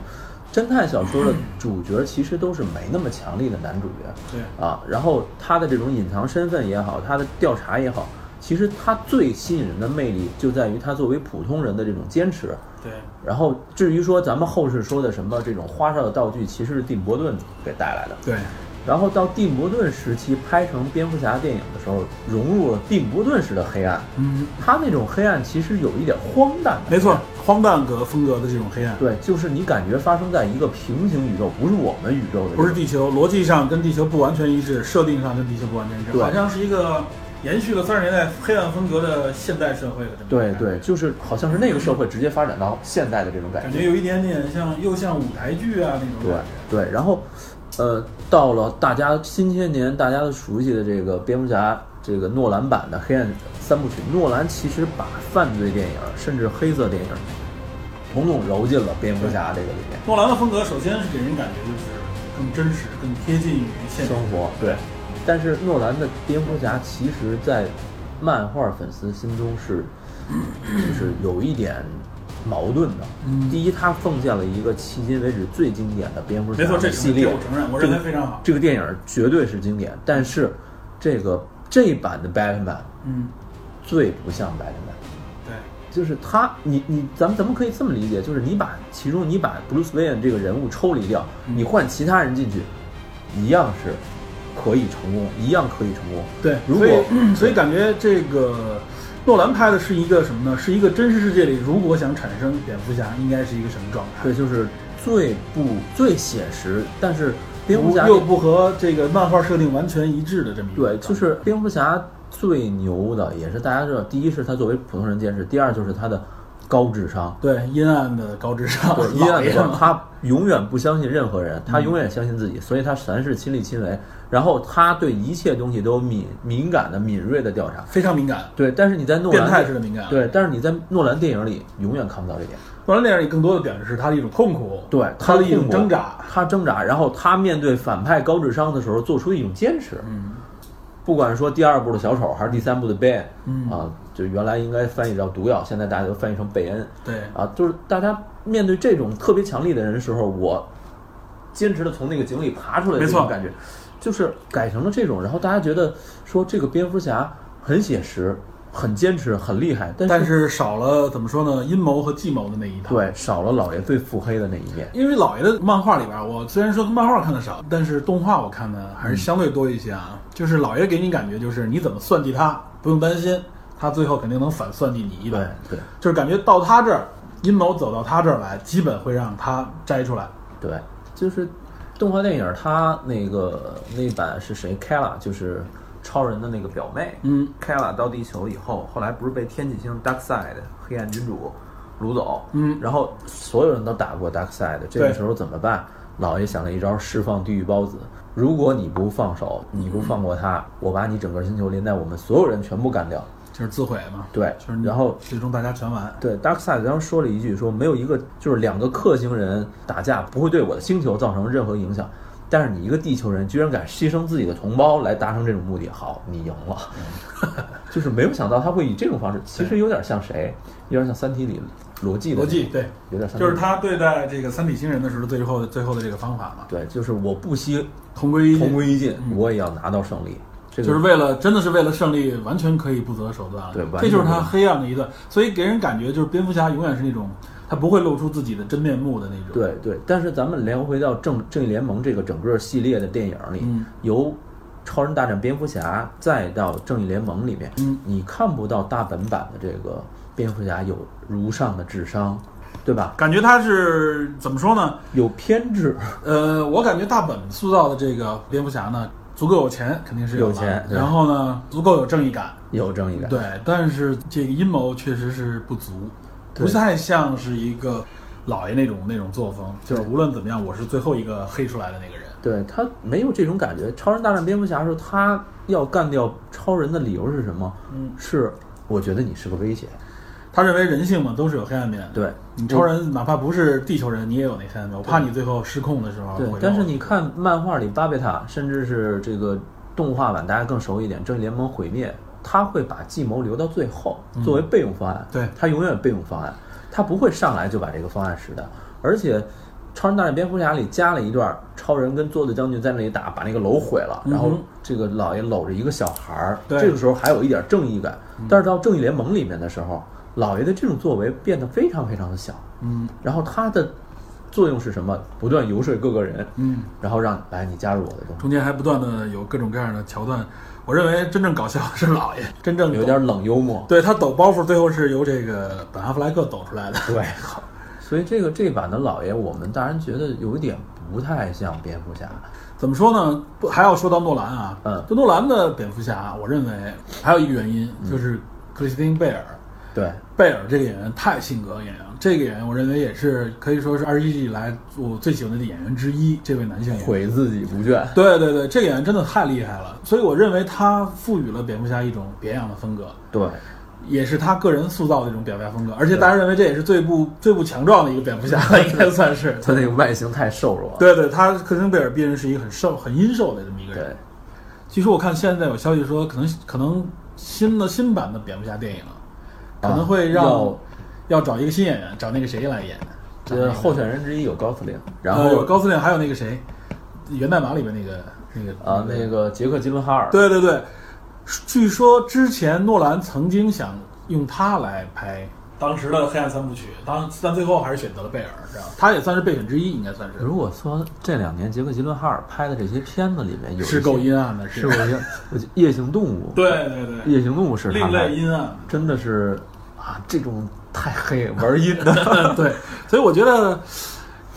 Speaker 3: 侦探小说的主角其实都是没那么强力的男主角。
Speaker 2: 对。
Speaker 3: 啊，然后他的这种隐藏身份也好，他的调查也好，其实他最吸引人的魅力就在于他作为普通人的这种坚持。
Speaker 2: 对，
Speaker 3: 然后至于说咱们后世说的什么这种花哨的道具，其实是蒂姆·伯顿给带来的。
Speaker 2: 对，
Speaker 3: 然后到蒂姆·伯顿时期拍成蝙蝠侠电影的时候，融入了蒂姆·伯顿式的黑暗，
Speaker 2: 嗯，
Speaker 3: 他那种黑暗其实有一点荒诞的。
Speaker 2: 没错，荒诞格风格的这种黑暗，
Speaker 3: 对，就是你感觉发生在一个平行宇宙，不是我们宇宙的这种，
Speaker 2: 不是地球，逻辑上跟地球不完全一致，设定上跟地球不完全一致，
Speaker 3: 对
Speaker 2: 好像是一个延续了三十年代黑暗风格的现代社会的这么一个
Speaker 3: 对
Speaker 2: 感觉
Speaker 3: 对，，就是好像是那个社会直接发展到现代的这种感觉
Speaker 2: 感。觉有一点点像又像舞台剧啊那种
Speaker 3: 对
Speaker 2: 感觉，
Speaker 3: 对，然后，呃，到了大家新千年大家都熟悉的这个蝙蝠侠这个诺兰版的黑暗三部曲，诺兰其实把犯罪电影甚至黑色电影，统统揉进了蝙蝠侠这个里面。
Speaker 2: 诺兰的风格首先是给人感觉就是更真实、更贴近于现实
Speaker 3: 生，活对，但是诺兰的蝙蝠侠其实，在漫画粉丝心中 是，就是有一点矛盾的。
Speaker 2: 嗯
Speaker 3: 第一，他奉献了一个迄今为止最经典的蝙蝠侠
Speaker 2: 没错这
Speaker 3: 的
Speaker 2: 个
Speaker 3: 系列，
Speaker 2: 这个我承认我认为
Speaker 3: 这个
Speaker 2: 非常好
Speaker 3: 这个电影绝对是经典，但是这个这版的 Batman
Speaker 2: 嗯，
Speaker 3: 最不像 Batman。
Speaker 2: 对，
Speaker 3: 就是他，你你，咱们咱们可以这么理解，就是你把其中你把 Bruce Wayne 这个人物抽离掉，你换其他人进去，一样是可以成功，一样可以成功。
Speaker 2: 对，
Speaker 3: 如
Speaker 2: 所以
Speaker 3: 果嗯
Speaker 2: 所以感觉这个诺兰拍的是一个什么呢？是一个真实世界里，如果想产生蝙蝠侠，应该是一个什么状态？
Speaker 3: 对，就是最不最写实，但是蝙蝠
Speaker 2: 不
Speaker 3: 侠
Speaker 2: 又不和这个漫画设定完全一致的这么一个
Speaker 3: 对，
Speaker 2: 状态，
Speaker 3: 就是蝙蝠侠最牛的，也是大家知道，第一是他作为普通人见识，第二就是他的高智商，
Speaker 2: 对阴暗的高智商，
Speaker 3: 对，
Speaker 2: 老
Speaker 3: 阴暗
Speaker 2: 爷
Speaker 3: 的
Speaker 2: 们，嗯
Speaker 3: 他永远不相信任何人，他永远相信自己，所以他凡事亲力亲为，然后他对一切东西都有敏敏感的、敏锐的调查。
Speaker 2: 非常敏感，
Speaker 3: 对，但是你在诺
Speaker 2: 变
Speaker 3: 兰
Speaker 2: 态式的敏感。，
Speaker 3: 对，但是你在诺兰电影里永远看不到这点。
Speaker 2: 诺兰电影里更多的表现是他的一种痛苦，
Speaker 3: 对
Speaker 2: 他的一种
Speaker 3: 痛苦
Speaker 2: 挣扎，
Speaker 3: 他挣扎，然后他面对反派高智商的时候，做出一种坚持。
Speaker 2: 嗯，
Speaker 3: 不管说第二部的小丑还是第三部的贝恩，
Speaker 2: 嗯
Speaker 3: 啊，就原来应该翻译叫毒药，现在大家都翻译成贝恩
Speaker 2: 对，
Speaker 3: 啊，就是大家面对这种特别强力的人的时候，我坚持的从那个井里爬出来的
Speaker 2: 没
Speaker 3: 这
Speaker 2: 错
Speaker 3: 种感觉，就是改成了这种，然后大家觉得说这个蝙蝠侠很写实、很坚持、很厉害，但是
Speaker 2: 但是少了怎么说呢？阴谋和计谋的那一套。
Speaker 3: 对少了老爷最腹黑的那一面。
Speaker 2: 因为老爷的漫画里边，我虽然说漫画看的少，但是动画我看的还是相对多一些啊。就是老爷给你感觉就是你怎么算计他，不用担心，他最后肯定能反算计你一把。
Speaker 3: 对对
Speaker 2: 就是感觉到他这儿，阴谋走到他这儿来，基本会让他摘出来。
Speaker 3: 对，就是动画电影，它那个那版是谁开了？就是超人的那个表妹，
Speaker 2: 嗯，
Speaker 3: 开了到地球以后，后来不是被天启星 Darkseid 黑暗君主掳走，
Speaker 2: 嗯
Speaker 3: 然后所有人都打不过 Darkseid，这
Speaker 2: 对
Speaker 3: 个时候怎么办？老爷想了一招，释放地狱孢子。如果你不放手，你不放过他，我把你整个星球连带我们所有人全部干掉。
Speaker 2: 就是自毁嘛。
Speaker 3: 对
Speaker 2: 就是，你
Speaker 3: 然后
Speaker 2: 最终大家全完。
Speaker 3: 对，Darkseid 当时说了一句，说没有一个就是两个克星人打架不会对我的星球造成任何影响，但是你一个地球人居然敢牺牲自己的同胞来达成这种目的，好，你赢了。
Speaker 2: 嗯
Speaker 3: 就是没有想到他会以这种方式，其实有点像谁，有点像《三体》里逻辑的
Speaker 2: 逻辑，对，
Speaker 3: 有点像
Speaker 2: 就是他对待这个三体星人的时候，最后最后的这个方法嘛，
Speaker 3: 对，就是我不惜
Speaker 2: 同归于尽
Speaker 3: 同。归于尽，我也要拿到胜利。这个
Speaker 2: 就是为了，真的是为了胜利，完全可以不择手段。
Speaker 3: 对完全
Speaker 2: 这就是他
Speaker 3: 不择
Speaker 2: 黑暗的一段，所以给人感觉就是蝙蝠侠永远是那种他不会露出自己的真面目的那种。，
Speaker 3: 对对，但是咱们聊回到正正义联盟这个整个系列的电影里，
Speaker 2: 嗯
Speaker 3: 由超人大战蝙蝠侠再到正义联盟里面，
Speaker 2: 嗯
Speaker 3: 你看不到大本版的这个蝙蝠侠有如上的智商，对吧？
Speaker 2: 感觉他是怎么说呢？
Speaker 3: 有偏执，
Speaker 2: 呃，我感觉大本塑造的这个蝙蝠侠呢，足够有钱，肯定是
Speaker 3: 有
Speaker 2: 的
Speaker 3: 钱对
Speaker 2: 然后呢，足够有正义感，
Speaker 3: 有正义感。
Speaker 2: 对。但是这个阴谋确实是不足，
Speaker 3: 对
Speaker 2: 不太像是一个老爷那种那种作风，就是无论怎么样，我是最后一个黑出来的那个人。
Speaker 3: 对他没有这种感觉。超人大战蝙蝠侠的时候，他要干掉超人的理由是什么？
Speaker 2: 嗯，
Speaker 3: 是我觉得你是个威胁。
Speaker 2: 他认为人性嘛，都是有黑暗面的。
Speaker 3: 对，
Speaker 2: 你超人哪怕不是地球人，你也有那黑暗面。我怕你最后失控的时候
Speaker 3: 对
Speaker 2: 啊会，
Speaker 3: 但是
Speaker 2: 有
Speaker 3: 你看漫画里巴贝塔，甚至是这个动画版，大家更熟一点，《正义联盟毁灭》，他会把计谋留到最后，作为备用方案。
Speaker 2: 嗯对
Speaker 3: 他永远有备用方案，他不会上来就把这个方案使的。而且，《超人大战蝙蝠侠》里加了一段，超人跟桌子将军在那里打，把那个楼毁了，然后
Speaker 2: 嗯哼
Speaker 3: 这个老爷搂着一个小孩儿，
Speaker 2: 对嗯
Speaker 3: 这个时候还有一点正义感。但是到《正义联盟》里面的时候，老爷的这种作为变得非常非常的小。
Speaker 2: 嗯
Speaker 3: 然后它的作用是什么？不断游说各个人，
Speaker 2: 嗯，
Speaker 3: 然后让来你加入我的东西，
Speaker 2: 中间还不断的有各种各样的桥段。我认为真正搞笑的是老爷， 真正
Speaker 3: 有点冷幽默。
Speaker 2: 对他抖包袱，最后是由这个本阿弗莱克抖出来的。
Speaker 3: 对，好。所以这个这版的老爷，我们大人觉得有一点不太像蝙蝠侠。
Speaker 2: 怎么说呢？不还要说到诺兰啊，
Speaker 3: 嗯
Speaker 2: 就诺兰的蝙蝠侠，我认为还有一个原因、就是
Speaker 3: 嗯
Speaker 2: 克里斯汀贝尔，
Speaker 3: 对，
Speaker 2: 贝尔这个演员太性格演员了，这个演员我认为也是可以说是二十一世纪以来我最喜欢的演员之一，这位男性演员。
Speaker 3: 毁自己不倦。
Speaker 2: 对对对，这个演员真的太厉害了，所以我认为他赋予了蝙蝠侠一种别样的风格，
Speaker 3: 对，
Speaker 2: 也是他个人塑造的一种蝙蝠侠风格，而且大家认为这也是最不最不强壮的一个蝙蝠侠了，应该算 是。
Speaker 3: 他那个外形太瘦弱了。
Speaker 2: 对对，他克林贝尔毕竟是一个很瘦、很阴瘦的这么一个人。
Speaker 3: 对，
Speaker 2: 据说我看现在有消息说，可能可能新的新版的蝙蝠侠电影，啊可能会让、
Speaker 3: 啊要
Speaker 2: 要找一个新演员，找那个谁来演。
Speaker 3: 这候选人之一有高司令，然
Speaker 2: 呃
Speaker 3: 后
Speaker 2: 有高司令，还有那个谁，《源代码》里面那个那个
Speaker 3: 啊，那个杰克·吉伦哈尔，
Speaker 2: 对对对，据说之前诺兰曾经想用他来拍当时的黑暗三部曲，当但最后还是选择了贝尔，这样他也算是备选之一，应该算是
Speaker 3: 如果说这两年杰克·吉伦哈尔拍的这些片子里面有一些
Speaker 2: 是够 阴暗的，
Speaker 3: 是够阴，我觉得夜行动物，
Speaker 2: 对对对，
Speaker 3: 夜行动物是他
Speaker 2: 另
Speaker 3: 拍
Speaker 2: 类
Speaker 3: 的，
Speaker 2: 阴暗，
Speaker 3: 真的是啊，这种太黑玩阴的。
Speaker 2: 对，所以我觉得，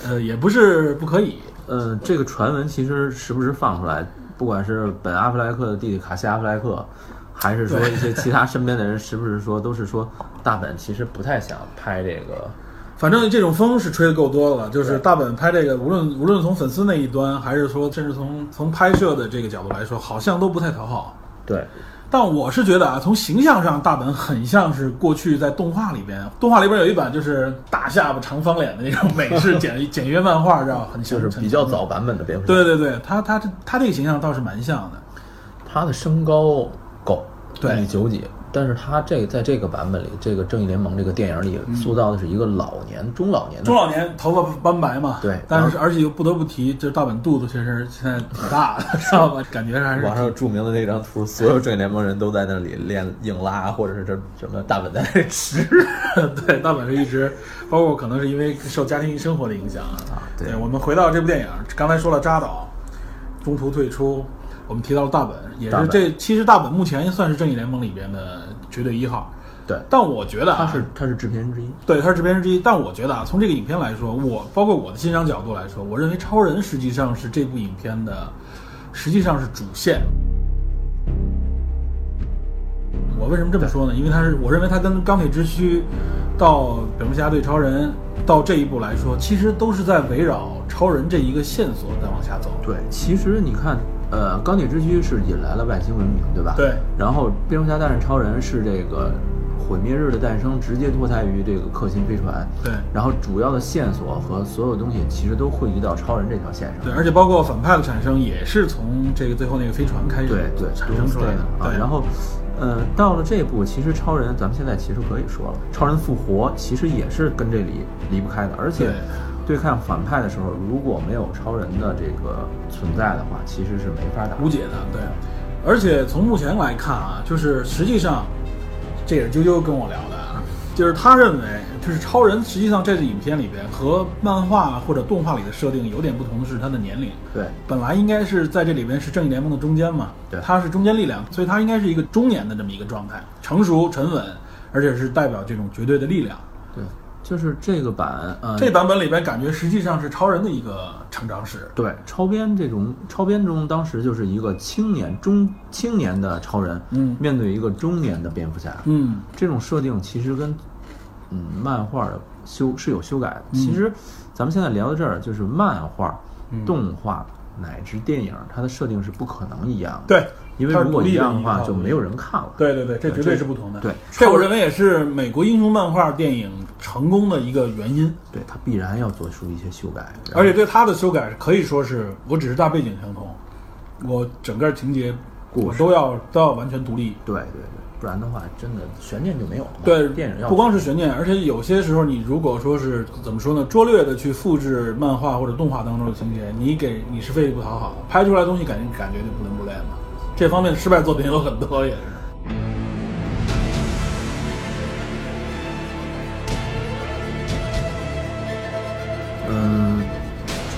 Speaker 2: 呃，也不是不可以，
Speaker 3: 呃，这个传闻其实时不时放出来，不管是本阿弗莱克的弟弟卡西·阿弗莱克，还是说一些其他身边的人，时不时说都是说大本其实不太想拍这个。
Speaker 2: 反正这种风是吹的够多了，就是大本拍这个，无论无论从粉丝那一端，还是说甚至从从拍摄的这个角度来说，好像都不太讨好。
Speaker 3: 对，
Speaker 2: 但我是觉得啊，从形象上，大本很像是过去在动画里边，动画里边有一版就是大下巴、长方脸的那种美式简简约漫画，知道吧很
Speaker 3: 就是比较。早版本的蝙蝠
Speaker 2: 很
Speaker 3: 侠。
Speaker 2: 对对对，他他这他这个形象倒是蛮像的。
Speaker 3: 他的身高够，
Speaker 2: 对
Speaker 3: 一米九几，但是他这在这个版本里，这个《正义联盟》这个电影里
Speaker 2: 嗯
Speaker 3: 塑造的是一个老年、中老年的
Speaker 2: 中老年头发斑白嘛，
Speaker 3: 对
Speaker 2: 但是而且又不得不提，就是大本肚子确实现在挺大 的，知道吧？感觉还是
Speaker 3: 网上有著名的那张图，所有正义联盟人都在那里练硬拉，或者是这什么大本在那里吃。
Speaker 2: 对，大本是一直，包括可能是因为受家庭生活的影响啊
Speaker 3: 对
Speaker 2: 我们回到这部电影，刚才说了扎导中途退出，我们提到了大本，也
Speaker 3: 大
Speaker 2: 是
Speaker 3: 本
Speaker 2: 这其实大本目前算是正义联盟里边的绝对一号，
Speaker 3: 对，
Speaker 2: 但我觉得啊
Speaker 3: 他是他是制片人之一。
Speaker 2: 对他是制片人之一，但我觉得啊，从这个影片来说，我包括我的欣赏角度来说，我认为超人实际上是这部影片的，实际上是主线。我为什么这么说呢？因为他是，我认为他跟钢铁之躯，到蝙蝠侠对超人，到这一步来说，其实都是在围绕超人这一个线索在往下走。
Speaker 3: 对，其实你看，呃，钢铁之躯是引来了外星文明，对吧？
Speaker 2: 对
Speaker 3: 然后蝙蝠侠大战超人是这个毁灭日的诞生直接脱胎于这个克星飞船。
Speaker 2: 对
Speaker 3: 然后主要的线索和所有东西其实都汇集到超人这条线上。
Speaker 2: 对，而且包括反派的产生也是从这个最后那个飞船开始
Speaker 3: 对对，
Speaker 2: 产生出来的
Speaker 3: 啊。然后，呃，到了这步，其实超人，咱们现在其实可以说了，超人复活其实也是跟这里离不开的，而且
Speaker 2: 对
Speaker 3: 对抗反派的时候，如果没有超人的这个存在的话，其实是没法打。
Speaker 2: 无解的，对。而且从目前来看啊，就是实际上，这也是啾啾跟我聊的啊，就是他认为，就是超人实际上这个影片里边和漫画或者动画里的设定有点不同的是他的年龄。
Speaker 3: 对
Speaker 2: 本来应该是在这里边是正义联盟的中间嘛，
Speaker 3: 对
Speaker 2: 他是中间力量，所以他应该是一个中年的这么一个状态，成熟沉稳，而且是代表这种绝对的力量。
Speaker 3: 对，就是这个版，呃，
Speaker 2: 这版本里边感觉实际上是超人的一个成长史，
Speaker 3: 对超编这种超编中，当时就是一个青年中青年的超人，
Speaker 2: 嗯
Speaker 3: 面对一个中年的蝙蝠侠，
Speaker 2: 嗯，
Speaker 3: 这种设定其实跟嗯漫画的修是有修改的。
Speaker 2: 嗯
Speaker 3: 其实咱们现在聊到这儿，就是漫画、
Speaker 2: 嗯
Speaker 3: 动画乃至电影，它的设定是不可能一样的，
Speaker 2: 对，
Speaker 3: 因为
Speaker 2: 它是
Speaker 3: 如果
Speaker 2: 独立
Speaker 3: 一
Speaker 2: 的
Speaker 3: 样的
Speaker 2: 一
Speaker 3: 话，
Speaker 2: 套
Speaker 3: 就没有人看了。
Speaker 2: 对对对，这
Speaker 3: 对
Speaker 2: 绝对是不同的。
Speaker 3: 对
Speaker 2: 这我认为也是美国英雄漫画电影成功的一个原因，
Speaker 3: 对，它必然要做出一些修改。然后
Speaker 2: 而且对它的修改可以说是，我只是大背景相同，我整个情节
Speaker 3: 故
Speaker 2: 我
Speaker 3: 事
Speaker 2: 都要都要完全独立。
Speaker 3: 对对对，不然的话，真的悬念就没有了。
Speaker 2: 对，
Speaker 3: 电影要
Speaker 2: 不光是悬念，而且有些时候你如果说是怎么说呢，拙劣的去复制漫画或者动画当中的情节，你给你是费力不讨好，拍出来的东西感觉感觉就不伦不类嘛。这方面的失败作品有很多也是。
Speaker 3: 嗯，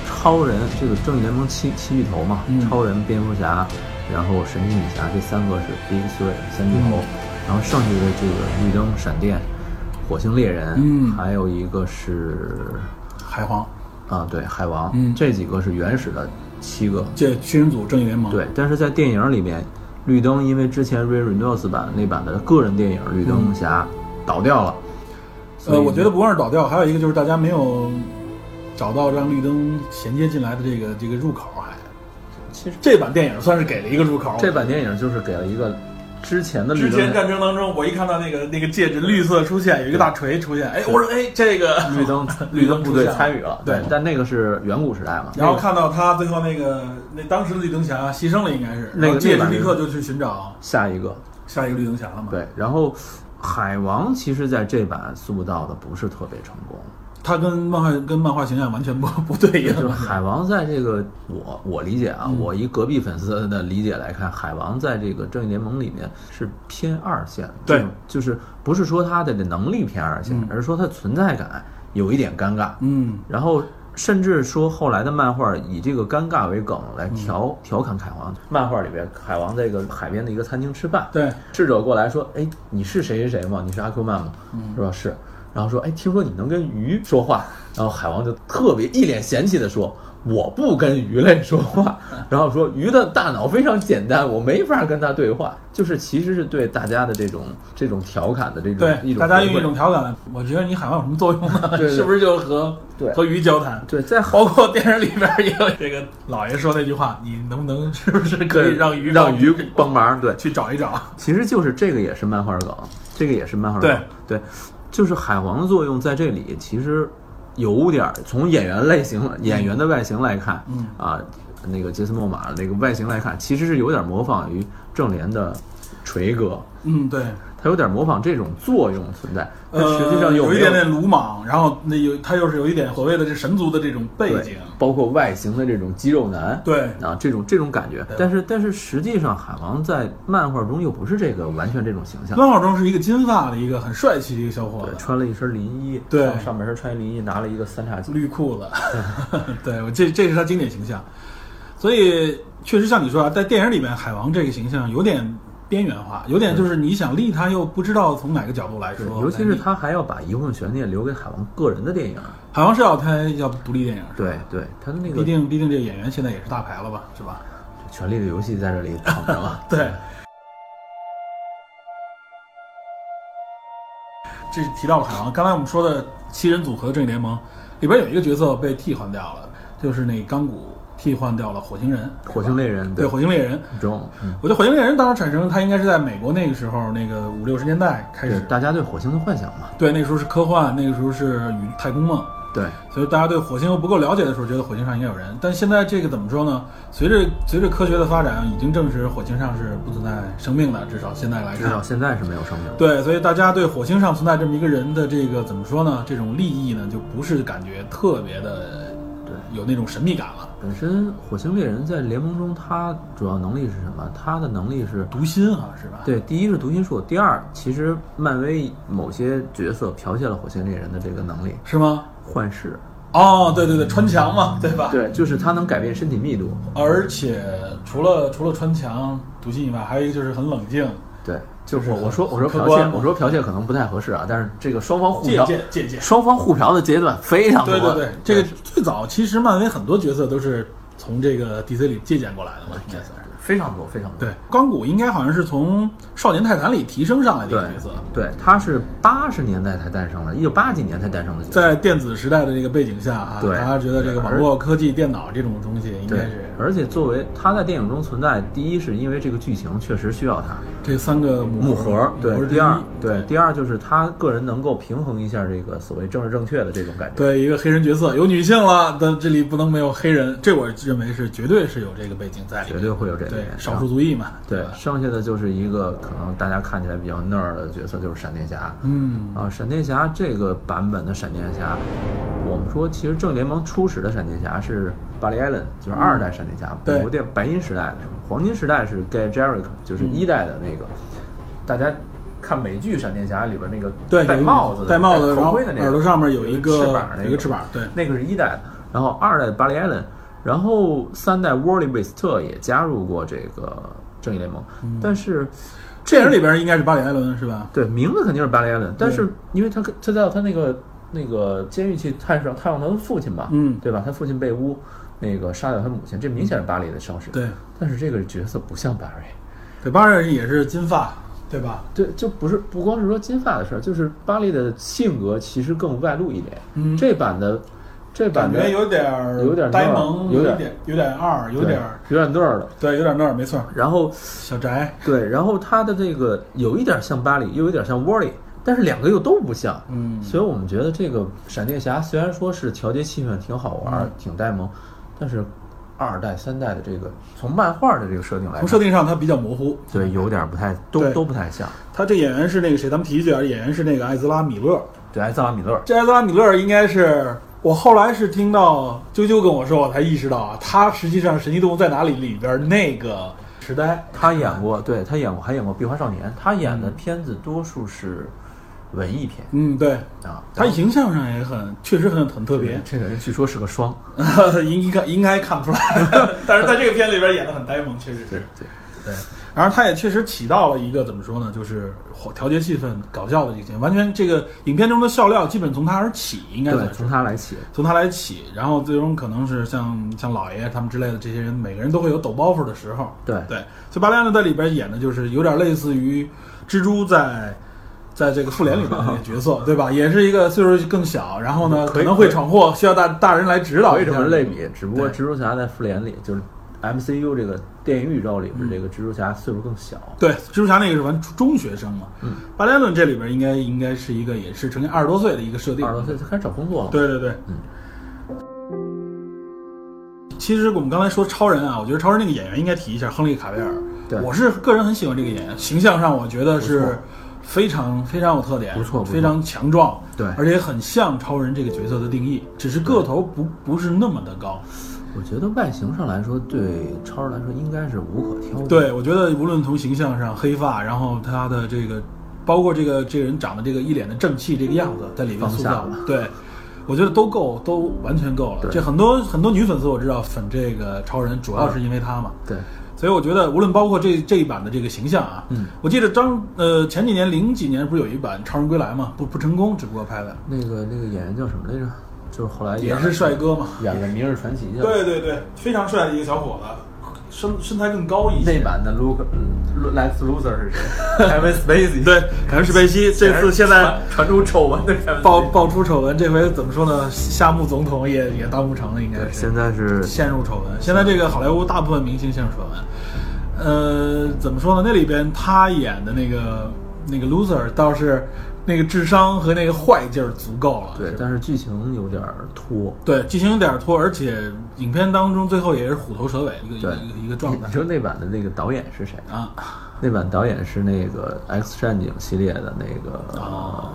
Speaker 3: 超人这个正义联盟七七巨头嘛，
Speaker 2: 嗯
Speaker 3: 超人、蝙蝠侠，然后神奇女侠这三个是 Big Three 三巨
Speaker 2: 嗯
Speaker 3: 头，然后剩下的这个绿灯、闪电、火星猎人，
Speaker 2: 嗯
Speaker 3: 还有一个是
Speaker 2: 海皇，
Speaker 3: 啊对海王，
Speaker 2: 嗯
Speaker 3: 这几个是原始的七个，
Speaker 2: 这七人组正义联盟，
Speaker 3: 对，但是在电影里面，绿灯因为之前 Ray Reynolds 版那版的个人电影绿灯
Speaker 2: 嗯
Speaker 3: 侠倒掉了，所以
Speaker 2: 呃，我觉得不光是倒掉，还有一个就是大家没有找到让绿灯衔接进来的这个这个入口还。
Speaker 3: 其实
Speaker 2: 这版电影算是给了一个入口。
Speaker 3: 这版电影就是给了一个之前的绿
Speaker 2: 哦之
Speaker 3: 灯
Speaker 2: 前
Speaker 3: 侠
Speaker 2: 战争当中，我一看到那个那个戒指绿色出现，有一个大锤出现，哎，我说哎这个
Speaker 3: 绿灯
Speaker 2: 绿
Speaker 3: 绿
Speaker 2: 灯
Speaker 3: 灯
Speaker 2: 部
Speaker 3: 部
Speaker 2: 队
Speaker 3: 队
Speaker 2: 参
Speaker 3: 参
Speaker 2: 与
Speaker 3: 与
Speaker 2: 了
Speaker 3: 了，
Speaker 2: 对
Speaker 3: 但那个是远古时代嘛。
Speaker 2: 然后看到他最后那个那当时的绿灯侠牺牲了，应该是
Speaker 3: 那个
Speaker 2: 然后戒
Speaker 3: 那
Speaker 2: 指
Speaker 3: 版
Speaker 2: 立
Speaker 3: 是
Speaker 2: 刻就去寻找
Speaker 3: 下一个，
Speaker 2: 下一个绿灯侠了嘛？
Speaker 3: 对，然后海王其实在这版塑造的不是特别成功，
Speaker 2: 它跟漫画跟漫画形象完全不不对应，
Speaker 3: 就是海王在这个我我理解
Speaker 2: 嗯
Speaker 3: 啊，我一隔壁粉丝的理解来看，海王在这个正义联盟里面是偏二线的，
Speaker 2: 对
Speaker 3: 就是，就是不是说他的这能力偏二线，而是说他存在感有一点尴尬，
Speaker 2: 嗯，
Speaker 3: 然后甚至说后来的漫画以这个尴尬为梗来调、
Speaker 2: 嗯
Speaker 3: 调侃海王，漫画里边海王在一个海边的一个餐厅吃饭，
Speaker 2: 对，
Speaker 3: 智者过来说，哎，你是谁谁谁吗？你是阿 Q 曼吗？
Speaker 2: 嗯
Speaker 3: 是吧？是。然后说，哎，听说你能跟鱼说话，然后海王就特别一脸嫌弃的说，我不跟鱼类 说话。然后说鱼的大脑非常简单，我没法跟它对话。就是其实是对大家的这种这种调侃的这种
Speaker 2: 对，
Speaker 3: 一种
Speaker 2: 大家
Speaker 3: 回
Speaker 2: 用
Speaker 3: 馈
Speaker 2: 一种调侃，我觉得你喊话有什么作用呢？
Speaker 3: 对对
Speaker 2: 是不是就是和
Speaker 3: 对
Speaker 2: 和鱼交谈？
Speaker 3: 对在
Speaker 2: 包括电影里边也有这个老爷说那句话，你能不能是不是可以让鱼
Speaker 3: 让鱼帮忙，对，
Speaker 2: 去找一找？
Speaker 3: 其实就是这个也是漫画梗，这个也是漫画梗。对，就是海王的作用在这里，其实有点儿从演员类型、演员的外形来看，
Speaker 2: 嗯
Speaker 3: 啊，那个杰斯·莫玛那个外形来看，其实是有点模仿于正联的锤哥，
Speaker 2: 嗯，对，
Speaker 3: 他有点模仿这种作用存在，但
Speaker 2: 呃，
Speaker 3: 实际上又
Speaker 2: 有
Speaker 3: 没
Speaker 2: 一点点鲁莽，然后那有他又是有一点所谓的这神族的这种背景
Speaker 3: 对，，包括外形的这种肌肉男，
Speaker 2: 对
Speaker 3: 啊，这种这种感觉。但是但是实际上，海王在漫画中又不是这个完全这种形象。
Speaker 2: 漫画中是一个金发的一个很帅气的一个小伙
Speaker 3: 对，
Speaker 2: 子，
Speaker 3: 穿了一身林衣，
Speaker 2: 对
Speaker 3: 上上半身穿一林衣，拿了一个三叉戟，
Speaker 2: 绿裤子， 对我这这是他经典形象，所以确实像你说啊，在电影里面，海王这个形象有点边缘化，有点就是你想立他又不知道从哪个角度来说，
Speaker 3: 尤其是
Speaker 2: 来立
Speaker 3: 他还要把遗忘悬念留给海王个人的电影，
Speaker 2: 海王是要拍要独立电影，
Speaker 3: 对对，他的那个
Speaker 2: 毕
Speaker 3: 《
Speaker 2: 竟毕竟这个演员现在也是大牌了吧，是吧？，
Speaker 3: 权力的游戏》在这里躺着嘛
Speaker 2: 对。这是提到了海王，刚才我们说的七人组合的正义联盟里边有一个角色被替换掉了，就是那钢骨替换掉了火星人，
Speaker 3: 《火星猎人》
Speaker 2: 对火星猎人。
Speaker 3: 中，嗯，
Speaker 2: 我觉得火星猎人当时产生，它应该是在美国那个时候，那个五六十年代开
Speaker 3: 对
Speaker 2: 始，
Speaker 3: 大家对火星的幻想嘛，
Speaker 2: 对，那个时候是科幻，那个时候是与太空梦，
Speaker 3: 对，
Speaker 2: 所以大家对火星又不够了解的时候，觉得火星上应该有人。但现在这个怎么说呢？随着随着科学的发展，已经证实火星上是不存在生命的，至少现在来
Speaker 3: 至
Speaker 2: 看
Speaker 3: 少。现在是没有生命的，
Speaker 2: 对，所以大家对火星上存在这么一个人的这个怎么说呢？这种利益呢，就不是感觉特别的，有那种神秘感了。
Speaker 3: 本身火星猎人在联盟中，他主要能力是什么？他的能力是。
Speaker 2: 读心好像是吧？
Speaker 3: 对，第一是读心术，第二，其实漫威某些角色剽窃了火星猎人的这个能力，
Speaker 2: 是吗？
Speaker 3: 幻视。
Speaker 2: 哦，对对对，穿墙嘛，对吧？
Speaker 3: 对，就是他能改变身体密度。
Speaker 2: 而且除了除了穿墙、读心以外，还有一个就是很冷静，
Speaker 3: 对，就是
Speaker 2: 很
Speaker 3: 我我说我说
Speaker 2: 很
Speaker 3: 剽
Speaker 2: 客
Speaker 3: 窃
Speaker 2: 观，
Speaker 3: 我说剽窃可能不太合适啊，但是这个双方互
Speaker 2: 借
Speaker 3: 嫖，
Speaker 2: 鉴借鉴。
Speaker 3: 双方互嫖的阶段非常多。
Speaker 2: 对对对，这个最早其实漫威很多角色都是从这个 DC 里借鉴过来的嘛，应该算是。
Speaker 3: 非常多非常多。
Speaker 2: 对，钢骨应该好像是从少年泰坦里提升上来的一个角色，
Speaker 3: 对，他是八十年代才诞生的，一九八几年才诞生的角色。
Speaker 2: 在电子时代的这个背景下啊，
Speaker 3: 对
Speaker 2: 大家觉得这个网络科技、电脑这种东西应该
Speaker 3: 对
Speaker 2: 是，
Speaker 3: 而且作为他在电影中存在，第一是因为这个剧情确实需要他
Speaker 2: 这三个母
Speaker 3: 母盒，
Speaker 2: 母
Speaker 3: 对，
Speaker 2: 盒之
Speaker 3: 第
Speaker 2: 一
Speaker 3: 二对第二就是他个人能够平衡一下这个所谓政治正确的这种感觉。
Speaker 2: 对一个黑人角色有女性了，但这里不能没有黑人，这我认为是绝对是有这个背景在里
Speaker 3: 绝
Speaker 2: 面，
Speaker 3: 对会有这个
Speaker 2: 对
Speaker 3: 原因
Speaker 2: 少数族裔嘛，
Speaker 3: 对
Speaker 2: 吧，
Speaker 3: 剩下的就是一个可能大家看起来比较那儿的角色，就是闪电侠。
Speaker 2: 嗯，
Speaker 3: 啊，闪电侠这个版本的闪电侠，我们说其实正义联盟初始的闪电侠是巴里·艾伦，就是二代闪电侠，
Speaker 2: 嗯对
Speaker 3: 美国电白银时代的时候，黄金时代是 Guy Jericho，就是
Speaker 2: 嗯
Speaker 3: 一代的那个，大家。看美剧《闪电侠》里边那个
Speaker 2: 对，
Speaker 3: 戴
Speaker 2: 有一个
Speaker 3: 帽子的、
Speaker 2: 戴帽子，然
Speaker 3: 头
Speaker 2: 后
Speaker 3: 盔的那个，
Speaker 2: 耳朵上面有一个
Speaker 3: 翅膀，
Speaker 2: 有一个翅膀，对，
Speaker 3: 那个是一代的，然后二代巴里·艾伦，然后三代沃利·韦斯特也加入过这个正义联盟，
Speaker 2: 嗯
Speaker 3: 但是
Speaker 2: 电影里边应该是巴里艾伦是吧？
Speaker 3: 对名字肯定是巴里·艾伦，但是因为他跟他叫他那个那个监狱去探视探望他的父亲吧，
Speaker 2: 嗯
Speaker 3: 对吧？他父亲被诬那个杀掉他母亲，这明显是巴里的伤势，
Speaker 2: 对，
Speaker 3: 但是这个角色不像巴里。
Speaker 2: 对，巴里艾伦也是金发，对吧？
Speaker 3: 对，就不是不光是说金发的事儿，就是巴里的性格其实更外露一点。
Speaker 2: 嗯
Speaker 3: 这版的，这版
Speaker 2: 感
Speaker 3: 的
Speaker 2: 觉有点儿
Speaker 3: 有点儿
Speaker 2: 呆萌，
Speaker 3: 有点儿
Speaker 2: 点有点二，有
Speaker 3: 对
Speaker 2: 点儿
Speaker 3: 有点那儿了。
Speaker 2: 对，有点那儿，没错，
Speaker 3: 然后
Speaker 2: 小宅，
Speaker 3: 对，然后他的这个有一点像巴里，又有一点像窝里，但是两个又都不像。
Speaker 2: 嗯
Speaker 3: 所以我们觉得这个闪电侠虽然说是调节气氛挺好
Speaker 2: 嗯
Speaker 3: 玩儿、挺呆萌，但是二代、三代的这个从漫画的这个设定
Speaker 2: 从
Speaker 3: 来看，
Speaker 2: 设定上他比较模糊。
Speaker 3: 对有点不太都
Speaker 2: 对
Speaker 3: 都不太像。
Speaker 2: 他这演员是那个谁，咱们提一句啊，演员是那个艾兹拉·米勒，
Speaker 3: 对艾斯拉米勒，
Speaker 2: 这埃德拉米勒应该是我后来是听到啾啾跟我说，我才意识到啊，他实际上《神奇动物在哪里》里边那个痴呆，
Speaker 3: 他演过，对他演过，还演过《壁花少年》，他演的片子多数是文艺片
Speaker 2: 嗯，对，
Speaker 3: 啊，
Speaker 2: 他形象上也很，确实很很特别，
Speaker 3: 这个人据说是个双，
Speaker 2: 应该应该看不出来， 但是在这个片里边演的很呆萌，确实是。
Speaker 3: 对，
Speaker 2: 对，然后他也确实起到了一个怎么说呢，就是调节气氛、搞笑的一些，完全这个影片中的笑料基本从他而起，应该
Speaker 3: 对
Speaker 2: 算，是
Speaker 3: 从他来起，
Speaker 2: 从他来起，然后最终可能是像像老爷他们之类的这些人，每个人都会有抖包袱的时候。
Speaker 3: 对
Speaker 2: 对，所以巴利安德在里边演的就是有点类似于蜘蛛在。在这个复联里面的那个角 色，对吧？也是一个岁数更小，然后呢
Speaker 3: 可
Speaker 2: 可
Speaker 3: 以
Speaker 2: 能会闯祸，需要大大人来指导
Speaker 3: 可以
Speaker 2: 一
Speaker 3: 这
Speaker 2: 下。
Speaker 3: 么类比，只不过
Speaker 2: 对
Speaker 3: 蜘蛛侠在复联里就是 MCU 这个电影宇宙里边，这
Speaker 2: 嗯
Speaker 3: 个蜘蛛侠岁数更小，
Speaker 2: 对，蜘蛛侠那个是玩中学生嘛，
Speaker 3: 嗯，
Speaker 2: 巴莱顿这里边应该应该是一个也是成年二十多岁的一个设定，
Speaker 3: 二十多岁就开始找工作了，，
Speaker 2: 嗯对对对，
Speaker 3: 嗯。
Speaker 2: 其实我们刚才说超人啊，我觉得超人那个演员应该提一下亨利卡维尔，
Speaker 3: 对
Speaker 2: 我是个人很喜欢这个演员，形象上我觉得
Speaker 3: 不
Speaker 2: 是
Speaker 3: 错
Speaker 2: 非常非常有特点，
Speaker 3: 不错不错
Speaker 2: 非常强壮，
Speaker 3: 对
Speaker 2: 而且很像超人这个角色的定义，只是个头不不是那么的高，
Speaker 3: 我觉得外形上来说，对超人来说应该是无可挑剔，
Speaker 2: 对，我觉得无论从形象上，黑发，然后他的这个，包括这个这个人长得这个一脸的正气这个样子，在里面
Speaker 3: 放
Speaker 2: 塑
Speaker 3: 下
Speaker 2: 造
Speaker 3: 了，
Speaker 2: 对，我觉得都够，都完全够了。
Speaker 3: 对
Speaker 2: 这很多很多女粉丝我知道粉这个超人，主要是因为他嘛。
Speaker 3: 对，
Speaker 2: 所以我觉得，无论包括这这一版的这个形象啊，
Speaker 3: 嗯，
Speaker 2: 我记得张呃前几年零几年不是有一版《超人归来》嘛，不不成功，只不过拍的
Speaker 3: 那个那个演员叫什么来着？就是后来
Speaker 2: 也
Speaker 3: 演
Speaker 2: 是帅哥嘛，
Speaker 3: 演的《明日传奇》去了，
Speaker 2: 对对对，非常帅的一个小伙子，身身材更高一些。
Speaker 3: 那版的 Luke 嗯 Lex Luthor 是谁？Kevin Spacey。
Speaker 2: 对，凯文·史贝西这次现在
Speaker 3: 传出丑闻的 Kevin
Speaker 2: 爆爆出丑闻，这回怎么说呢？夏目总统也也当不成了，应该是
Speaker 3: 现在是
Speaker 2: 陷入丑闻。现在这个好莱坞大部分明星陷入丑闻。呃，怎么说呢？那里边他演的那个那个 loser 倒是那个智商和那个坏劲儿足够了，
Speaker 3: 对
Speaker 2: 是，吧
Speaker 3: 但是剧情有点儿拖。
Speaker 2: 对，剧情有点拖，而且影片当中最后也是虎头蛇尾一个一
Speaker 3: 对
Speaker 2: 个一个一个状态
Speaker 3: 你说那版的那个导演是谁？
Speaker 2: 啊。
Speaker 3: 那版导演是那个《X 战警》系列的那个
Speaker 2: 哦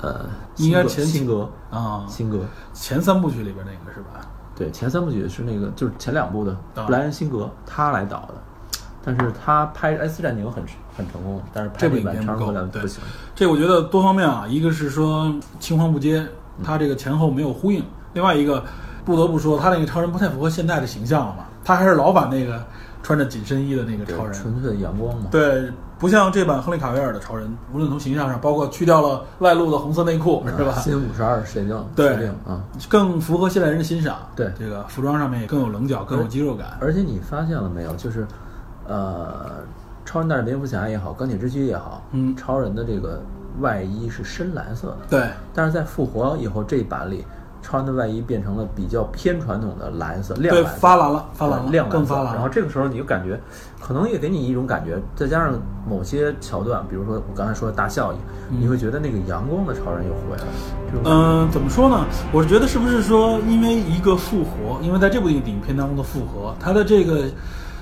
Speaker 3: 呃，
Speaker 2: 应该前
Speaker 3: 辛格辛格
Speaker 2: 啊
Speaker 3: 辛格，
Speaker 2: 前三部曲里边那个是吧？
Speaker 3: 对，前三部曲是那个就是前两部的
Speaker 2: 啊
Speaker 3: 布莱恩辛格他来导的，但是他拍《X 战警》很很成功，但是拍
Speaker 2: 这部
Speaker 3: 那
Speaker 2: 影
Speaker 3: 版
Speaker 2: 片
Speaker 3: 《超人
Speaker 2: 不
Speaker 3: 回
Speaker 2: 够
Speaker 3: 来》
Speaker 2: 对
Speaker 3: 不行。
Speaker 2: 这我觉得多方面啊，一个是说青黄不接，
Speaker 3: 嗯
Speaker 2: 它这个前后没有呼应；另外一个，不得不说他那个超人不太符合现在的形象了嘛，他还是老版那个穿着紧身衣的那个超人，
Speaker 3: 纯粹阳光嘛。
Speaker 2: 对，不像这版亨利卡维尔的超人，无论从形象上，包括去掉了外露的红色内
Speaker 3: 啊
Speaker 2: 裤， 是吧？
Speaker 3: 新五十二设定，
Speaker 2: 对
Speaker 3: 设定啊。
Speaker 2: 更符合现代人的欣赏。
Speaker 3: 对
Speaker 2: 这个服装上面也更有棱角，更有肌肉感。
Speaker 3: 而且你发现了没有，就是，呃，超人大战蝙蝠侠也好，钢铁之躯也好，
Speaker 2: 嗯
Speaker 3: 超人的这个外衣是深蓝色的，
Speaker 2: 对，
Speaker 3: 但是在复活以后这一版里，超人的外衣变成了比较偏传统的蓝色，亮
Speaker 2: 对，
Speaker 3: 蓝色
Speaker 2: 发蓝了，发蓝了，
Speaker 3: 亮蓝色
Speaker 2: 更发蓝
Speaker 3: 然后
Speaker 2: 了。
Speaker 3: 这个时候你就感觉，可能也给你一种感觉，再加上某些桥段，比如说我刚才说的大笑，你会觉得那个阳光的超人又回来了，这种感觉
Speaker 2: 嗯、怎么说呢？我是觉得是不是说，因为一个复活，因为在这部影片当中的复活，他的这个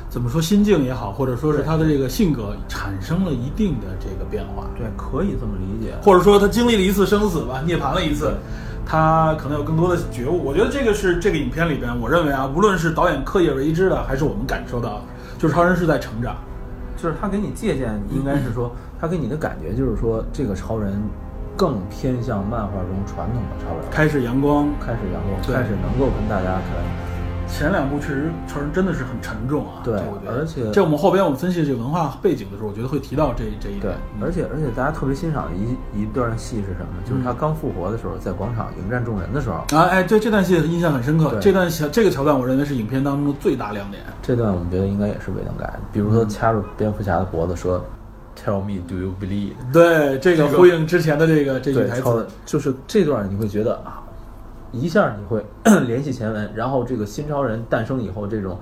Speaker 2: 怎么说心境也好，或者说是他的这个性格产生了一定的这个变化，
Speaker 3: 对，可以这么理解。
Speaker 2: 或者说他经历了一次生死吧，涅槃了一次，他可能有更多的觉悟。我觉得这个是这个影片里边，我认为啊，无论是导演刻意为之的，还是我们感受到的，就是超人是在成长。
Speaker 3: 就是他给你借鉴，应该是说嗯他给你的感觉就是说，这个超人更偏向漫画中传统的超人，
Speaker 2: 开始阳光，
Speaker 3: 开始阳光，
Speaker 2: 对
Speaker 3: 开始能够跟大家开。
Speaker 2: 前两部确实超人真的是很沉重啊，
Speaker 3: 对
Speaker 2: 这我觉得，
Speaker 3: 而且
Speaker 2: 这我们后边我们分析这个文化背景的时候，我觉得会提到这这一
Speaker 3: 对
Speaker 2: 点。，
Speaker 3: 而且而且大家特别欣赏的一一段戏是什么呢？就是他刚复活的时候，在广场迎战众人的时候，
Speaker 2: 啊，哎，对这段戏印象很深刻，
Speaker 3: 对
Speaker 2: 这段小这个桥段，我认为是影片当中的最大亮点。
Speaker 3: 这段我们觉得应该也是未能改的。比如说掐住蝙蝠侠的脖子说：“Tell me, do you believe？”
Speaker 2: 对，这个
Speaker 3: 这个
Speaker 2: 呼应之前的这个这句
Speaker 3: 对，
Speaker 2: 台
Speaker 3: 超人
Speaker 2: 词，
Speaker 3: 就是这段你会觉得啊，一下你会 联系前文，然后这个新超人诞生以后，这种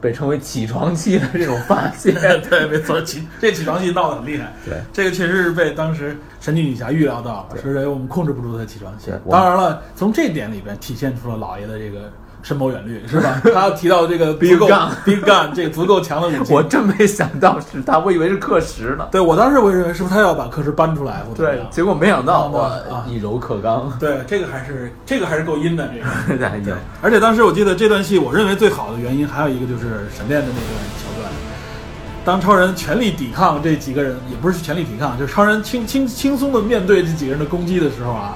Speaker 3: 被称为起床气的这种发 现，
Speaker 2: 对，没错，起 这起床气闹得很厉害。
Speaker 3: 对，
Speaker 2: 这个确实是被当时神奇女侠预料到了，是认为我们控制不住她的起床气
Speaker 3: 对。我
Speaker 2: 当然了，从这点里边体现出了老爷的这个深谋远虑，是 吧？他提到这个足够
Speaker 3: Big gun
Speaker 2: big gun 这足够强的武器，
Speaker 3: 我真没想到是他，我以为是课时呢。
Speaker 2: 对我当时我以为是不是他要把课时搬出来或者怎么
Speaker 3: 对
Speaker 2: 样，
Speaker 3: 结果没想到，
Speaker 2: 啊
Speaker 3: 哇
Speaker 2: 啊，
Speaker 3: 以柔克 刚，
Speaker 2: 对这个还是这个还是够阴的这个。
Speaker 3: 哎呀
Speaker 2: 而且当时我记得这段戏，我认为最好的原因还有一个就是闪电的那个桥段。当超人全力抵抗这几个人，也不是全力抵抗，就是超人轻轻轻松的面对这几个人的攻击的时候啊，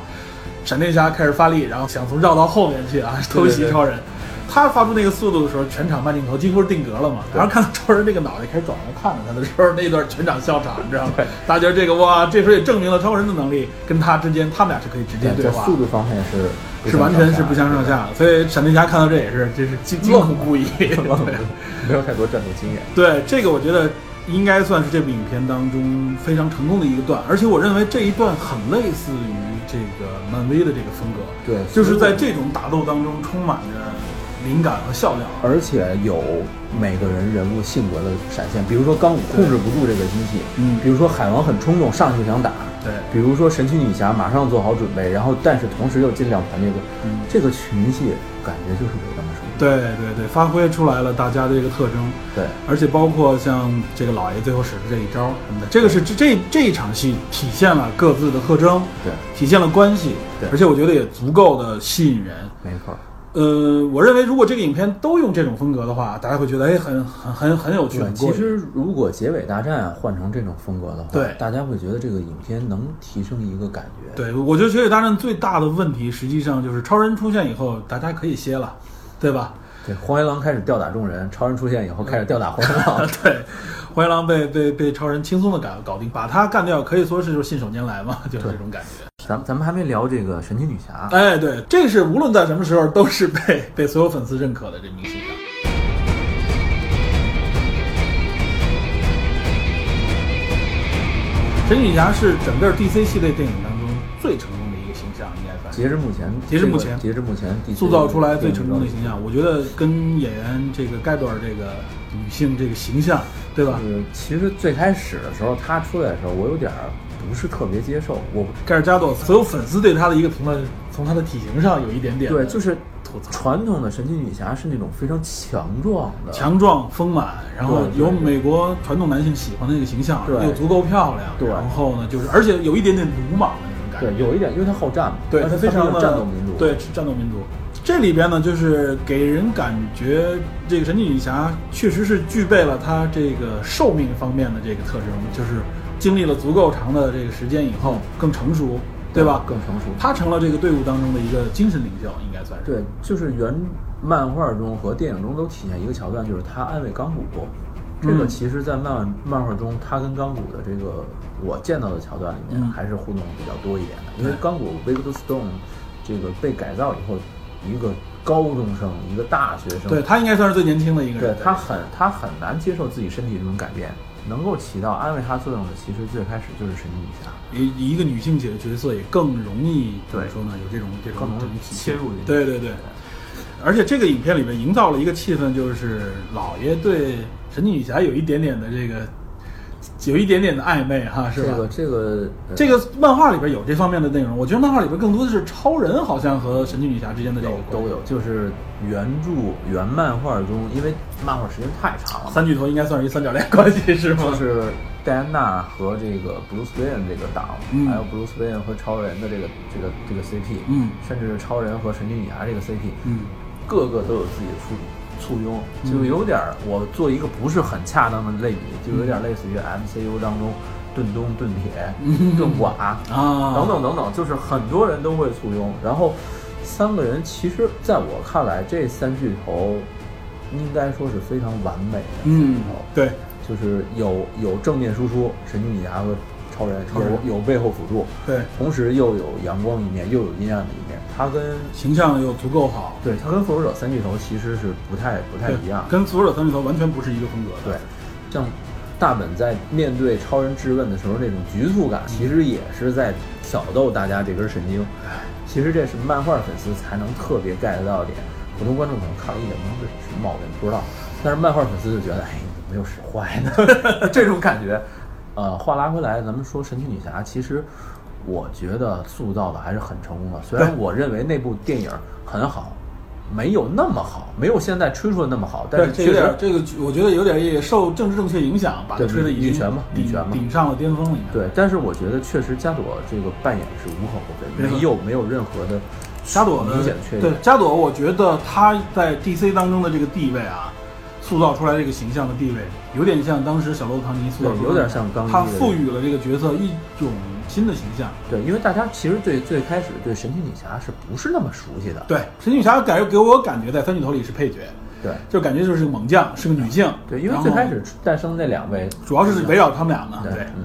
Speaker 2: 闪电侠开始发力，然后想从绕到后面去啊偷袭超人。他发出那个速度的时候，全场慢镜头几乎是定格了嘛。然后看到超人这个脑袋开始转过来看着他的时候，那一段全场笑场，你知道吗？大家觉得这个哇，这时候也证明了超人的能力跟他之间，他们俩是可以直接对
Speaker 3: 在
Speaker 2: 话。
Speaker 3: 速度方面是不
Speaker 2: 是
Speaker 3: 相
Speaker 2: 完
Speaker 3: 上
Speaker 2: 全
Speaker 3: 下
Speaker 2: 是不相上下的。所以闪电侠看到这也是，这是惊惊恐 不已。对
Speaker 3: 没有太多战斗经验。
Speaker 2: 对，这个我觉得应该算是这部影片当中非常成功的一个段，而且我认为这一段很类似于这个漫威的这个风格，
Speaker 3: 对
Speaker 2: 就是在这种打斗当中充满着灵感和笑料。
Speaker 3: 而且有每个人人物性格的闪现，比如说钢武控制不住这个机器，
Speaker 2: 嗯
Speaker 3: 比如说海王很冲动上去想打，
Speaker 2: 对
Speaker 3: 比如说神奇女侠马上做好准备，然后但是同时又尽量团结作
Speaker 2: 嗯
Speaker 3: 这个群戏感觉就是被他们说
Speaker 2: 对对对，发挥出来了大家的这个特征。
Speaker 3: 对，
Speaker 2: 而且包括像这个老爷最后使的这一招什么的，这个是这这这一场戏体现了各自的特征，
Speaker 3: 对
Speaker 2: 体现了关系，
Speaker 3: 对
Speaker 2: 而且我觉得也足够的吸引人。
Speaker 3: 没错儿，
Speaker 2: 呃，我认为如果这个影片都用这种风格的话，大家会觉得哎，很很很很有趣，
Speaker 3: 对，
Speaker 2: 很过
Speaker 3: 其
Speaker 2: 瘾
Speaker 3: 实如果结尾大战啊换成这种风格的话，
Speaker 2: 对
Speaker 3: 大家会觉得这个影片能提升一个感觉，，
Speaker 2: 对，我觉得《绝地大战》最大的问题实际上就是超人出现以后，大家可以歇了，对吧？
Speaker 3: 对，荒原狼开始吊打众人，超人出现以后开始吊打荒原 狼，
Speaker 2: 对，灰狼被被被超人轻松的搞搞定，把他干掉可以说是就是信手拈来嘛，就是这种感觉。
Speaker 3: 咱们咱们还没聊这个神奇女侠，啊
Speaker 2: 哎，对，这是无论在什么时候都是被被所有粉丝认可的这明星。神女侠是整个 DC 系列电影当中最成功的一个形象，应该算是
Speaker 3: 截至目前，
Speaker 2: 截至目
Speaker 3: 这个
Speaker 2: 前
Speaker 3: 截至目前第
Speaker 2: 塑造出来最成功的形象。我觉得跟演员这个盖多尔这个女性这个形象，对吧？
Speaker 3: 就是呃其实最开始的时候，他出来的时候，我有点儿不是特别接受，我
Speaker 2: 盖尔加朵所有粉丝对她的一个评论，从她的体型上有一点点的
Speaker 3: 对就是
Speaker 2: 吐槽。
Speaker 3: 传统的神奇女侠是那种非常强壮的，
Speaker 2: 强壮丰满，然后
Speaker 3: 对对
Speaker 2: 有
Speaker 3: 对
Speaker 2: 美国传统男性喜欢的那个形象，
Speaker 3: 对
Speaker 2: 又足够漂亮，
Speaker 3: 对
Speaker 2: 然后呢，就是而且有一点点鲁莽的那种感觉
Speaker 3: 对，，有一点，因为她好战嘛，
Speaker 2: 对，
Speaker 3: 她
Speaker 2: 非常的
Speaker 3: 战斗民族，
Speaker 2: 对，是战斗民族。这里边呢，就是给人感觉这个神奇女侠确实是具备了她这个寿命方面的这个特征，就是经历了足够长的这个时间以后更成熟，对吧？
Speaker 3: 更成熟
Speaker 2: 她成了这个队伍当中的一个精神领袖，应该算是。
Speaker 3: 对，就是原漫画中和电影中都体现一个桥段，就是他安慰钢骨。这个
Speaker 2: 嗯
Speaker 3: 其实，在漫漫画中，他跟钢骨的这个我见到的桥段里面，
Speaker 2: 嗯
Speaker 3: 还是互动比较多一点的。因为钢骨 Victor Stone 这个被改造以后，一个高中生，一个大学生，
Speaker 2: 对，她应该算是最年轻的一个
Speaker 3: 对
Speaker 2: 人。
Speaker 3: 他很他很难接受自己身体这种改变，能够起到安慰他作用的，其实最开始就是神奇女侠。
Speaker 2: 一一个女性角角色也更容易怎么
Speaker 3: 对
Speaker 2: 说呢？有这种这种
Speaker 3: 更容易
Speaker 2: 这种体
Speaker 3: 切入进去
Speaker 2: 对对对，而且这个影片里面营造了一个气氛，就是老爷对神奇女侠有一点点的这个，有一点点的暧昧哈，是
Speaker 3: 这
Speaker 2: 吧？
Speaker 3: 个这个呃
Speaker 2: 这个漫画里边有这方面的内容，我觉得漫画里边更多的是超人好像和神奇女侠之间的这个
Speaker 3: 有
Speaker 2: 关系
Speaker 3: 都有，就是原著原漫画中，因为漫画时间太长了，
Speaker 2: 三巨头应该算是一三角恋关系是吗？
Speaker 3: 就是戴安娜和这个 Bruce Wayne 这个档，
Speaker 2: 嗯
Speaker 3: 还有 Bruce Wayne 和超人的这个这个这个 CP，
Speaker 2: 嗯
Speaker 3: 甚至超人和神奇女侠这个 CP，
Speaker 2: 嗯，
Speaker 3: 个个都有自己的簇簇拥，就有点儿我做一个不是很恰当的类比，就有
Speaker 2: 嗯
Speaker 3: 点儿类似于 MCU 当中盾东、盾铁、
Speaker 2: 嗯
Speaker 3: 盾寡
Speaker 2: 啊
Speaker 3: 等等等等，就是很多人都会簇拥。然后三个人，其实在我看来，这三巨头应该说是非常完美的三巨
Speaker 2: 嗯
Speaker 3: 头，，
Speaker 2: 对，
Speaker 3: 就是有有正面输出，神奇女侠和超人，
Speaker 2: 超人
Speaker 3: 有有背后辅助，
Speaker 2: 对
Speaker 3: 同时又有阳光一面，又有阴暗的一面。他跟
Speaker 2: 形象又足够好，
Speaker 3: 对他跟复仇者三巨头其实是不太不太
Speaker 2: 对
Speaker 3: 一样，
Speaker 2: 跟所有的三巨头完全不是一个风格的。
Speaker 3: 对，像大本在面对超人质问的时候那种局促
Speaker 2: 嗯
Speaker 3: 感，其实也是在挑逗大家这根神经。
Speaker 2: 哎
Speaker 3: 其实这是漫画粉丝才能特别 get 到的点，普通观众可能看了一眼懵，这是什么毛病不知道，但是漫画粉丝就觉得，哎，你怎么又使坏呢？ 这种感觉。呃，话拉回来，咱们说神奇女侠，其实我觉得塑造的还是很成功的。虽然
Speaker 2: 对
Speaker 3: 我认为那部电影很好，没有那么好，没有现在吹出的那么好，但
Speaker 2: 对有
Speaker 3: 是，确
Speaker 2: 点
Speaker 3: 实
Speaker 2: 这个，我觉得有点也受政治正确影响，把它
Speaker 3: 对
Speaker 2: 吹的已
Speaker 3: 女
Speaker 2: 经
Speaker 3: 权嘛
Speaker 2: 顶
Speaker 3: 女权嘛
Speaker 2: 顶上了巅峰里面。
Speaker 3: 对，但是我觉得确实加朵这个扮演是无可厚非，
Speaker 2: 没错
Speaker 3: 没有没有任何的
Speaker 2: 加朵
Speaker 3: 明
Speaker 2: 的
Speaker 3: 显缺
Speaker 2: 对
Speaker 3: 点。
Speaker 2: 加朵，我觉得他在 DC 当中的这个地位啊，塑造出来这个形象的地位，有点像当时小罗伯特唐尼塑造出来的，
Speaker 3: 对有点像刚毅的
Speaker 2: 他赋予了这个角色一种新的形象。
Speaker 3: 对，因为大家其实最最开始对神奇女侠是不是那么熟悉的？
Speaker 2: 对，神奇女侠感觉给我感觉在三巨头里是配角，
Speaker 3: 对
Speaker 2: 就感觉就是个猛将，是个女性。
Speaker 3: 对，因为
Speaker 2: 然后
Speaker 3: 最开始诞生的那两位，
Speaker 2: 主要是围绕他们俩嘛。对，
Speaker 3: 嗯，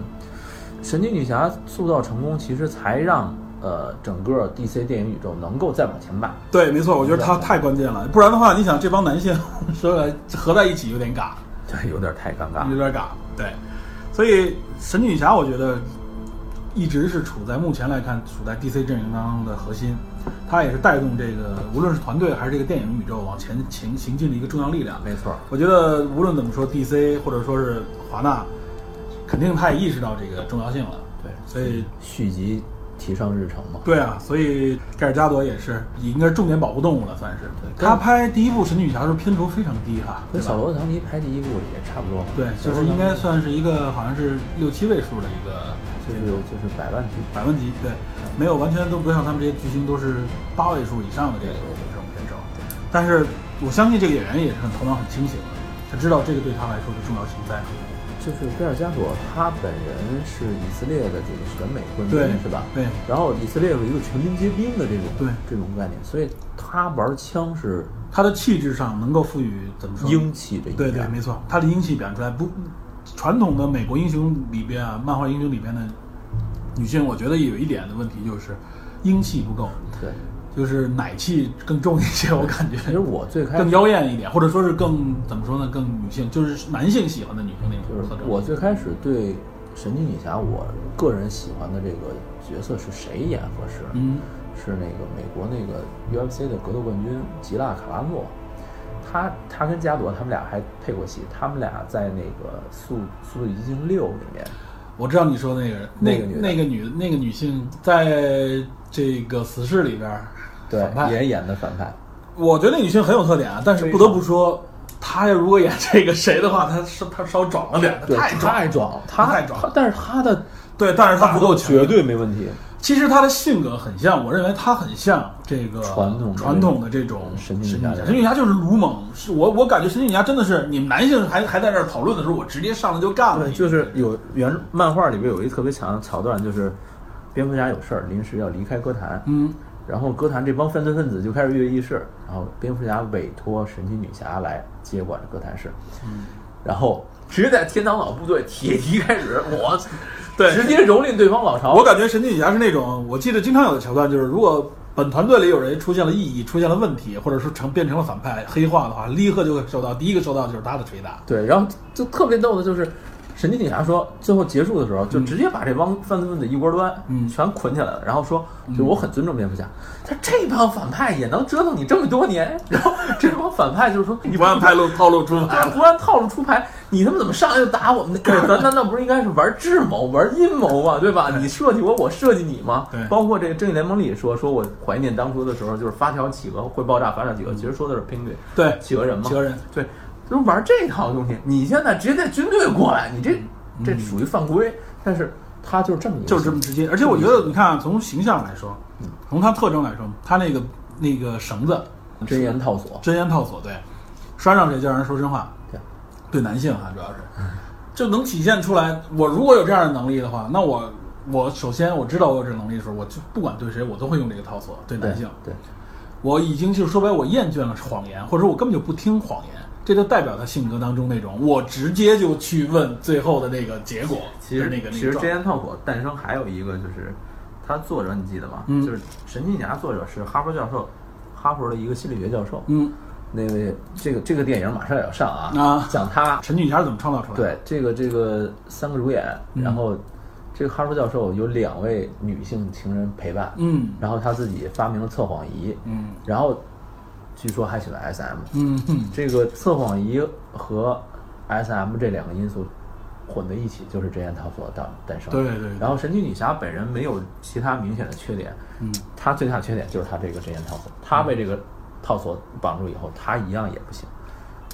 Speaker 3: 神奇女侠塑造成功，其实才让呃整个 DC 电影宇宙能够再往前迈。
Speaker 2: 对，没错，我觉得他太关键了，不然的话，你想这帮男性说来合在一起有点尬，
Speaker 3: 对，有点太尴尬
Speaker 2: 有
Speaker 3: 了。
Speaker 2: 点尬。对，所以神奇女侠，我觉得一直是处在目前来看处在 DC 阵营当中的核心，它也是带动这个无论是团队还是这个电影宇宙往前行行进的一个重要力量。
Speaker 3: 没错，
Speaker 2: 我觉得无论怎么说，DC 或者说是华纳，肯定他也意识到这个重要性了。
Speaker 3: 对，
Speaker 2: 所以
Speaker 3: 续集提上日程嘛。
Speaker 2: 对啊，所以盖尔加朵也是也应该是重点保护动物了，算是。
Speaker 3: 对
Speaker 2: 他拍第一部神奇女侠的时候片酬非常低哈，对吧
Speaker 3: 跟小罗伯特唐尼拍第一部也差不多。
Speaker 2: 对，
Speaker 3: 小
Speaker 2: 就是
Speaker 3: 罗伯特唐尼
Speaker 2: 应该算是一个好像是六七位数的一个
Speaker 3: 就是就是百万级。
Speaker 2: 百万级，对，没有完全都不像他们这些巨星都是八位数以上的这个这种片酬，但是我相信这个演员也是很头脑很清醒的，他知道这个对他来说的重要性在哪。
Speaker 3: 就是贝尔加朵，他本人是以色列的这个选美冠
Speaker 2: 对
Speaker 3: 军，是吧？
Speaker 2: 对
Speaker 3: 然后以色列有一个全民皆兵的这种
Speaker 2: 对
Speaker 3: 这种概念，所以他玩枪是
Speaker 2: 他的气质上能够赋予怎么说
Speaker 3: 英气的一面。
Speaker 2: 对对，没错，他的英气表现出来不，传统的美国英雄里边啊，漫画英雄里边的女性，我觉得有一点的问题就是英气不够，
Speaker 3: 对。
Speaker 2: 就是奶气更重一些，我 感觉
Speaker 3: 其实我最开始
Speaker 2: 更妖艳一点，或者说是更怎么说呢，更女性，就是男性喜欢的女性那
Speaker 3: 就是
Speaker 2: 种特征。
Speaker 3: 我最开始对神奇女侠，我个人喜欢的这个角色是谁演合适？
Speaker 2: 嗯，
Speaker 3: 是那个美国那个 UFC 的格斗冠军吉拉卡拉诺，他他跟加朵他们俩还配过戏，他们俩在那个《速速度与激情六》里面，
Speaker 2: 我知道你说的那个人，那
Speaker 3: 那个女
Speaker 2: 那
Speaker 3: 的
Speaker 2: 个女那个女性在这个死侍里边儿反
Speaker 3: 对，
Speaker 2: 派，
Speaker 3: 也演的反派，
Speaker 2: 我觉得那女性很有特点啊，但是不得不说，她要如果演这个谁的话，她稍她稍壮了点，
Speaker 3: 对
Speaker 2: 她太壮了
Speaker 3: 太壮，他
Speaker 2: 太壮了
Speaker 3: 他但是他的
Speaker 2: 对，但是她
Speaker 3: 大
Speaker 2: 不够
Speaker 3: 斗
Speaker 2: 强。
Speaker 3: 绝对没问题，
Speaker 2: 其实她的性格很像，我认为她很像这个
Speaker 3: 传统的
Speaker 2: 传统的这种
Speaker 3: 神
Speaker 2: 奇女
Speaker 3: 奇女侠
Speaker 2: 神奇女侠就是鲁莽，是我我感觉神奇女侠真的是你们男性还还在这儿讨论的时候，我直接上来就干了
Speaker 3: 对，
Speaker 2: 你，
Speaker 3: 就是有原漫画里边有一个特别强的桥段，就是蝙蝠侠有事儿临时要离开歌坛，
Speaker 2: 嗯，
Speaker 3: 然后歌坛这帮犯罪分子就开始跃跃欲试，然后蝙蝠侠委托神奇女侠来接管歌坛事，
Speaker 2: 嗯
Speaker 3: 然后直接在天堂岛部队铁蹄开始，我
Speaker 2: 对
Speaker 3: 直接蹂躏对方老
Speaker 2: 我
Speaker 3: 巢，
Speaker 2: 感觉神奇女侠是那种，我记得经常有的桥段就是，如果本团队里有人出现了异议、出现了问题，或者是成变成了反派黑化的话，立刻就会受到第一个受到的就是他的捶打。
Speaker 3: 对，然后就特别逗的就是。神奇女侠说，最后结束的时候就直接把这帮犯罪分子一锅端，
Speaker 2: 嗯
Speaker 3: 全捆起来了。然后说，就我很尊重蝙蝠侠，他这帮反派也能折腾你这么多年。然后这帮反派就是说，你
Speaker 2: 不按套路套路出
Speaker 3: 对，不按套路出牌，你他妈怎么上来就打我 们？对，咱难道不是应该是玩智谋、玩阴谋吗？对吧？你设计我，我设计你吗？
Speaker 2: 对
Speaker 3: 包括这个《正义联盟》里也说，说我怀念当初的时候，就是发条企鹅会爆炸，发条企鹅，其实说的是 Penguin
Speaker 2: 对，
Speaker 3: 企鹅人嘛。
Speaker 2: 嗯企鹅人，
Speaker 3: 对，就是玩这套东西。你现在直接带军队过来，你这这属于犯规，但是他就是这么一个
Speaker 2: 嗯就是这么
Speaker 3: 形
Speaker 2: 直接。而且我觉得，你看啊，从形象来说，从它特征来说，它那个那个绳子
Speaker 3: 象真言套索。
Speaker 2: 真烟套索，对，拴上谁就让人说真话。
Speaker 3: 对
Speaker 2: 对男性啊，主要是，就能体现出来。我如果有这样的能力的话，那我我首先我知道我有这个能力的时候，我就不管对谁，我都会用这个套索对
Speaker 3: 对
Speaker 2: 男性。
Speaker 3: 对，
Speaker 2: 我已经就是说白，我厌倦了谎言，或者说我根本就不听谎言，这就代表他性格当中那种我直接就去问最后的那个结果，
Speaker 3: 其
Speaker 2: 就
Speaker 3: 实
Speaker 2: 是那个那个
Speaker 3: 其实《
Speaker 2: 状
Speaker 3: 真
Speaker 2: 态。
Speaker 3: 言套索》诞生还有一个就是，它作者你记得吗？
Speaker 2: 嗯
Speaker 3: 就是《神奇女侠》作者是哈佛教授，哈佛的一个心理学教授。
Speaker 2: 嗯，
Speaker 3: 那位这个这个电影马上也要上啊，
Speaker 2: 啊
Speaker 3: 讲他
Speaker 2: 神奇女侠是怎么创造出来的？
Speaker 3: 对这个这个三个主演，
Speaker 2: 嗯
Speaker 3: 然后这个哈佛教授有两位女性情人陪伴，
Speaker 2: 嗯
Speaker 3: 然后他自己发明了测谎仪，
Speaker 2: 嗯
Speaker 3: 然后据说还喜欢 SM，
Speaker 2: 嗯嗯
Speaker 3: 这个测谎仪和 SM 这两个因素混在一起，就是真言套索诞诞生。
Speaker 2: 对对对
Speaker 3: 然后神奇女侠本人没有其他明显的缺点，
Speaker 2: 嗯，
Speaker 3: 她最大的缺点就是她这个真言套索，她被这个套索绑住以后，它一样也不行。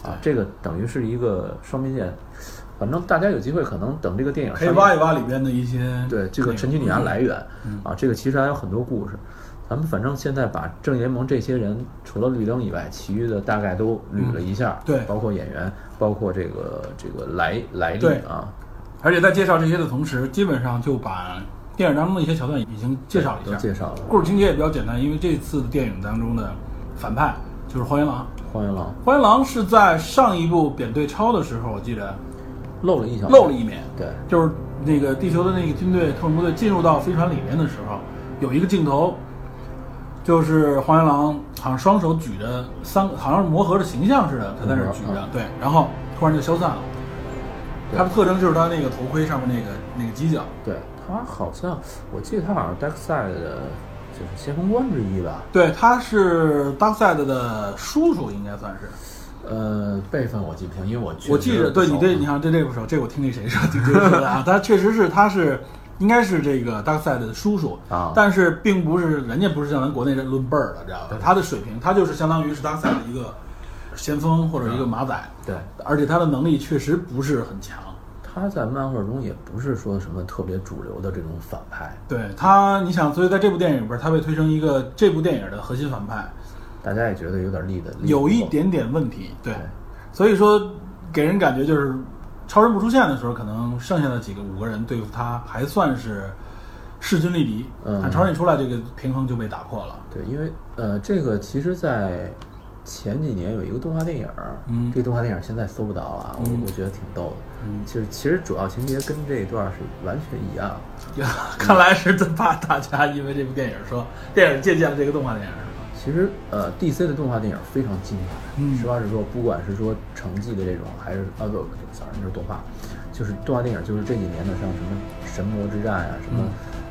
Speaker 3: 啊，这个等于是一个双面剑，反正大家有机会可能等这个电影
Speaker 2: 可以
Speaker 3: 上映
Speaker 2: 挖一挖里边的一些
Speaker 3: 对这个陈情女
Speaker 2: 嗯
Speaker 3: 侠来源啊，这个其实还有很多故事。咱们反正现在把正义联盟这些人，除了绿灯以外，其余的大概都捋了一下，
Speaker 2: 嗯对
Speaker 3: 包括演员，包括这个这个来来历
Speaker 2: 对
Speaker 3: 啊，
Speaker 2: 而且在介绍这些的同时，基本上就把电影当中的一些桥段已经介绍了一
Speaker 3: 都
Speaker 2: 下，
Speaker 3: 介绍了。
Speaker 2: 故事情节也比较简单，因为这次电影当中的反派就是荒原狼。
Speaker 3: 荒原狼
Speaker 2: 荒原狼是在上一部《扁对超》的时候，我记得
Speaker 3: 露了一小
Speaker 2: 露了一面，
Speaker 3: 对
Speaker 2: 就是那个地球的那个军队特种部队进入到飞船里面的时候，有一个镜头，就是荒原狼好像双手举着三个，好像是魔盒的形象似的，他在那儿举着
Speaker 3: 嗯，
Speaker 2: 对，然后突然就消散了。
Speaker 3: 对
Speaker 2: 它的特征就是它那个头盔上面那个那个犄角，
Speaker 3: 对，他好像我记得他好像 Dark Side 的就是先锋官之一吧，
Speaker 2: 对，他是 Darkseid 的叔叔，应该算是。
Speaker 3: 呃，辈分我记不清，啊因为我
Speaker 2: 我记着，对你这，你看对这个时候，这我听那谁说，听谁说的 啊？他确实是，他是应该是这个 Darkseid 的叔叔
Speaker 3: 啊
Speaker 2: 但是并不是人家不是像咱国内这论辈儿的，知道吧？他的水平，他就是相当于是 Darkseid 的一个先锋或者一
Speaker 3: 啊
Speaker 2: 个马仔，
Speaker 3: 对
Speaker 2: 而且他的能力确实不是很强。
Speaker 3: 他在漫画中也不是说什么特别主流的这种反派，
Speaker 2: 对他，你想，所以在这部电影里边，他被推成一个这部电影的核心反派，
Speaker 3: 大家也觉得有点立的，立
Speaker 2: 有
Speaker 3: 不
Speaker 2: 一
Speaker 3: 住
Speaker 2: 点点问题，对，所以说给人感觉就是超人不出现的时候，可能剩下的几个五个人对付他还算是势均力敌，
Speaker 3: 嗯
Speaker 2: 但超人一出来，这个平衡就被打破了。
Speaker 3: 对，因为呃，这个其实，在前几年有一个动画电影儿，
Speaker 2: 嗯
Speaker 3: 这个动画电影儿现在搜不到了啊，我、我觉得挺逗的。
Speaker 2: 嗯
Speaker 3: 其实其实主要情节跟这一段儿是完全一样的。
Speaker 2: 看来是真怕大家因为这部电影说电影借鉴了这个动画电影。
Speaker 3: 其实呃，DC 的动画电影儿非常精彩，
Speaker 2: 嗯
Speaker 3: 实话实说，不管是说成绩的这种，还是啊不，s o r r y 那是动画，就是动画电影，就是这几年的像什么神魔之战啊，什么、
Speaker 2: 嗯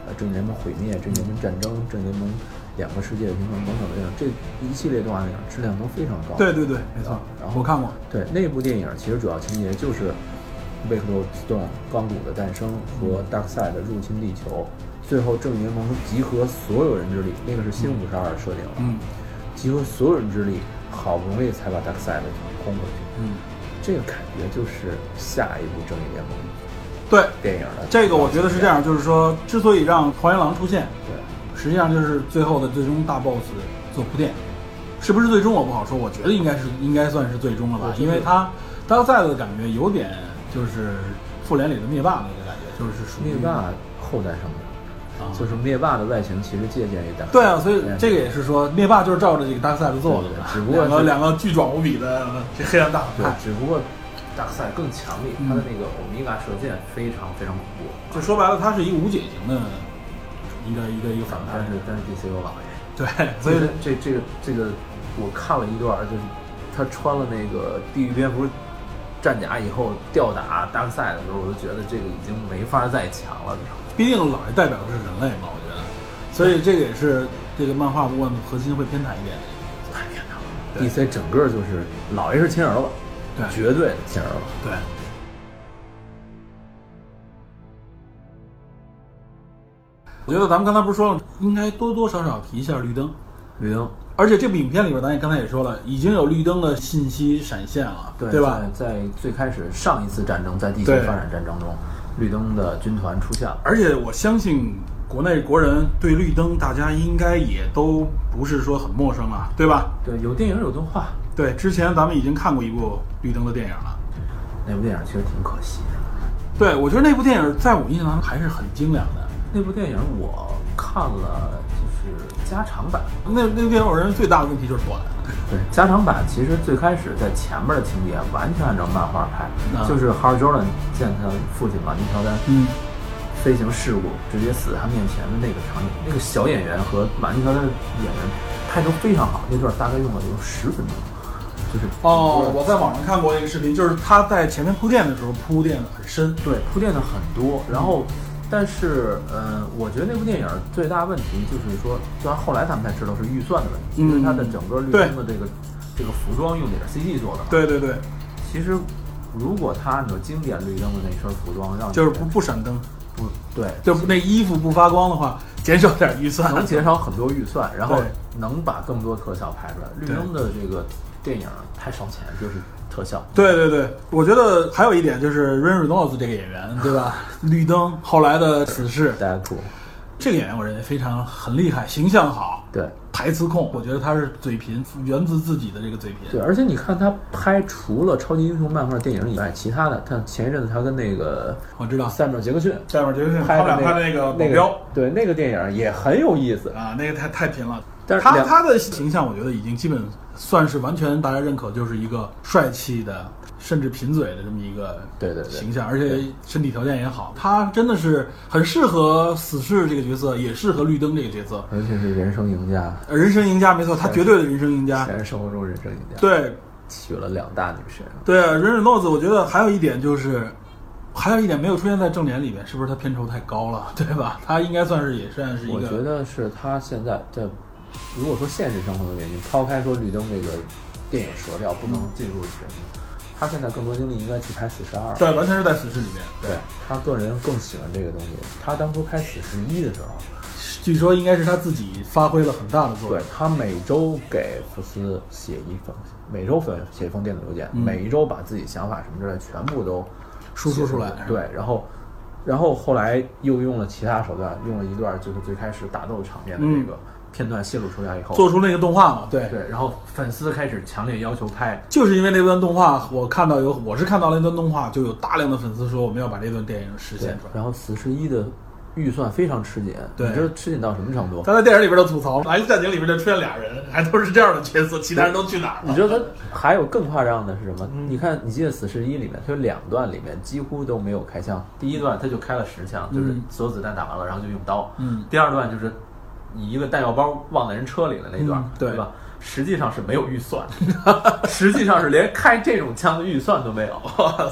Speaker 3: 呃正义联盟毁灭、正义联盟战争、正义联盟两个世界的平衡等等等等，这一系列动画电影儿质量都非常高。
Speaker 2: 对对对，没错，
Speaker 3: 然后
Speaker 2: 我看过，
Speaker 3: 对，那部电影其实主要情节就是贝克洛自动钢骨的诞生
Speaker 2: 嗯
Speaker 3: 和 Darkseid 的入侵地球，最后正义联盟集合所有人之力，那个是新五十二设定了，
Speaker 2: 嗯
Speaker 3: 集合所有人之力，好不容易才把 Darkseid 轰回去，
Speaker 2: 嗯，
Speaker 3: 这个感觉就是下一部正义联盟
Speaker 2: 对，
Speaker 3: 电影的
Speaker 2: 这个我觉得是这样，就是说，之所以让黄原狼出现，
Speaker 3: 对，
Speaker 2: 实际上就是最后的最终大 boss 做铺垫，是不是最终我不好说，我觉得应该是应该算是最终了吧
Speaker 3: 我，觉得
Speaker 2: 因为他当赛的感觉有点就是复联里的灭霸那个感觉，就是属于
Speaker 3: 灭霸后代上面。
Speaker 2: 啊，
Speaker 3: 就是灭霸的外形其实借鉴于 Darkseid，
Speaker 2: 对啊，所以这个也是说灭霸就是照着这个大赛的做的
Speaker 3: 对对
Speaker 2: 嘛，
Speaker 3: 只不过
Speaker 2: 两个
Speaker 3: 是
Speaker 2: 两个巨壮无比的这黑暗大反
Speaker 3: 对
Speaker 2: 派，，
Speaker 3: 只不过大赛更强力，
Speaker 2: 嗯
Speaker 3: 他的那个欧米伽射箭非常非常恐怖，
Speaker 2: 就说白了，他是一无解型的一个一个一个反派
Speaker 3: 但，是但是 DC 有老爷，
Speaker 2: 对，嗯所以
Speaker 3: 这这这个这个我看了一段，就是他穿了那个地狱蝙蝠战甲以后吊打大赛的时候，我就觉得这个已经没法再强了，你知道吗？
Speaker 2: 毕竟老爷代表的是人类嘛，我觉得，所以这个也是这个漫画部分核心会偏袒一点的。
Speaker 3: 太变态了！DC 整个就是老爷是亲儿子，
Speaker 2: 对
Speaker 3: 绝对的亲儿子。
Speaker 2: 对，我觉得咱们刚才不是说了，应该多多少少提一下绿灯，
Speaker 3: 绿灯，
Speaker 2: 而且这部影片里边，咱也刚才也说了，已经有绿灯的信息闪现了，对吧？
Speaker 3: 在在最开始上一次战争，在地球
Speaker 2: 对
Speaker 3: 发展战争中，绿灯的军团出现了。
Speaker 2: 而且我相信国内国人对绿灯，大家应该也都不是说很陌生啊了，对吧？
Speaker 3: 对，有电影有动画，
Speaker 2: 对，之前咱们已经看过一部绿灯的电影了。
Speaker 3: 那部电影其实挺可惜的。
Speaker 2: 对，我觉得那部电影在我印象当中还是很精良的。
Speaker 3: 那部电影我看了，就是加长版。
Speaker 2: 那那部电影我认为最大的问题就是短，
Speaker 3: 对，加长版其实最开始在前面的情节完全按照漫画拍，
Speaker 2: 啊
Speaker 3: 就是哈 a r Jordan 见他父亲马丁乔丹
Speaker 2: 嗯，
Speaker 3: 飞行事故直接死在他面前的那个场景，那个小演员和马丁乔丹演员拍得非常好，那段大概用了有十分钟，就是
Speaker 2: 哦，我在网上看过一个视频，就是他在前面铺垫的时候铺垫的很深。
Speaker 3: 对，铺垫的很多，然后，但是，呃，我觉得那部电影最大问题就是说，虽然后来咱们才知道是预算的问题，
Speaker 2: 嗯
Speaker 3: 因为它的整个绿
Speaker 2: 对
Speaker 3: 灯的这个这个服装用的也是 CG 做的。，
Speaker 2: 对对对，
Speaker 3: 其实如果他按照经典绿灯的那身服装，让
Speaker 2: 就是
Speaker 3: 你
Speaker 2: 不不闪灯。不
Speaker 3: 对，
Speaker 2: 就那衣服不发光的话，减少点预算。
Speaker 3: 能减少很多预算，然后
Speaker 2: 对
Speaker 3: 能把更多特效拍出来。绿灯的这个电影太烧钱，就是特效。
Speaker 2: 对对对，我觉得还有一点就是 Ryan Reynolds 这个演员，对吧？ 绿灯后来的死侍，
Speaker 3: 大家哭，
Speaker 2: 这个演员我认为非常很厉害，形象好，
Speaker 3: 对
Speaker 2: 台词控，我觉得他是嘴贫，源自自己的这个嘴贫
Speaker 3: 对，。而且你看他拍除了超级英雄漫画电影以外，其他的，他前一阵子他跟那个
Speaker 2: 我知道，
Speaker 3: 塞缪尔杰克逊
Speaker 2: 下面就是
Speaker 3: 拍
Speaker 2: 啊他
Speaker 3: 的
Speaker 2: 俩拍的
Speaker 3: 那
Speaker 2: 那个保
Speaker 3: 那
Speaker 2: 镖
Speaker 3: 个对那个电影也很有意思。
Speaker 2: 啊，那个太太贫了。
Speaker 3: 但是
Speaker 2: 他
Speaker 3: 两
Speaker 2: 他的形象，我觉得已经基本算是完全大家认可，就是一个帅气的，甚至贫嘴的这么一个
Speaker 3: 对对对
Speaker 2: 形象，而且身体条件也好，他真的是很适合死侍这个角色，也适合绿灯这个角色，呃
Speaker 3: 尤其是人生赢家，
Speaker 2: 人生赢家没错，他绝对的人生赢家。
Speaker 3: 现实生活中人生赢家，
Speaker 2: 啊对
Speaker 3: 娶了两大女神。
Speaker 2: 对，啊忍忍诺子，我觉得还有一点就是，还有一点没有出现在正脸里面，是不是他片酬太高了，对吧？他应该算是也算是一个，
Speaker 3: 我觉得是他现在这，如果说现实生活的原因，抛开说绿灯这个电影舌调不
Speaker 2: 嗯
Speaker 3: 能进入原因，他现在更多精力应该去拍四十二。
Speaker 2: 对，完全是在死侍里面。
Speaker 3: 对他个人更喜欢这个东西。他当初拍四十一的时候，
Speaker 2: 据说应该是他自己发挥了很大的作
Speaker 3: 对
Speaker 2: 用。
Speaker 3: 他每周给福斯写一封，每周写写一封电子邮件，
Speaker 2: 嗯
Speaker 3: 每一周把自己想法什么之类全部都
Speaker 2: 输出出来
Speaker 3: 对，然后。然后后来又用了其他手段，用了一段就是最开始打斗场面的
Speaker 2: 嗯
Speaker 3: 这个片段泄露出来以后，
Speaker 2: 做出那个动画嘛，对，
Speaker 3: 对，然后粉丝开始强烈要求拍，
Speaker 2: 就是因为那段动画，我看到有，我是看到那段动画，就有大量的粉丝说我们要把这段电影实现出来。
Speaker 3: 然后死侍一的预算非常吃紧，
Speaker 2: 对
Speaker 3: 你知道吃紧到什么程度？
Speaker 2: 他在电影里边都吐槽，《X 战警》里边就出现俩人，还都是这样的角色，其他人都去哪儿
Speaker 3: 你
Speaker 2: 了？
Speaker 3: 知道他还有更夸张的是什么？你看，你记得《死侍一》里面，它有两段里面几乎都没有开枪。第一段他就开了十枪，就是
Speaker 2: 嗯
Speaker 3: 所有子弹打完了，然后就用刀。
Speaker 2: 嗯
Speaker 3: 第二段就是你一个弹药包忘在人车里了那段
Speaker 2: 嗯，
Speaker 3: 对
Speaker 2: 对
Speaker 3: 吧？实际上是没有预算， 实际上是连开这种枪的预算都没有。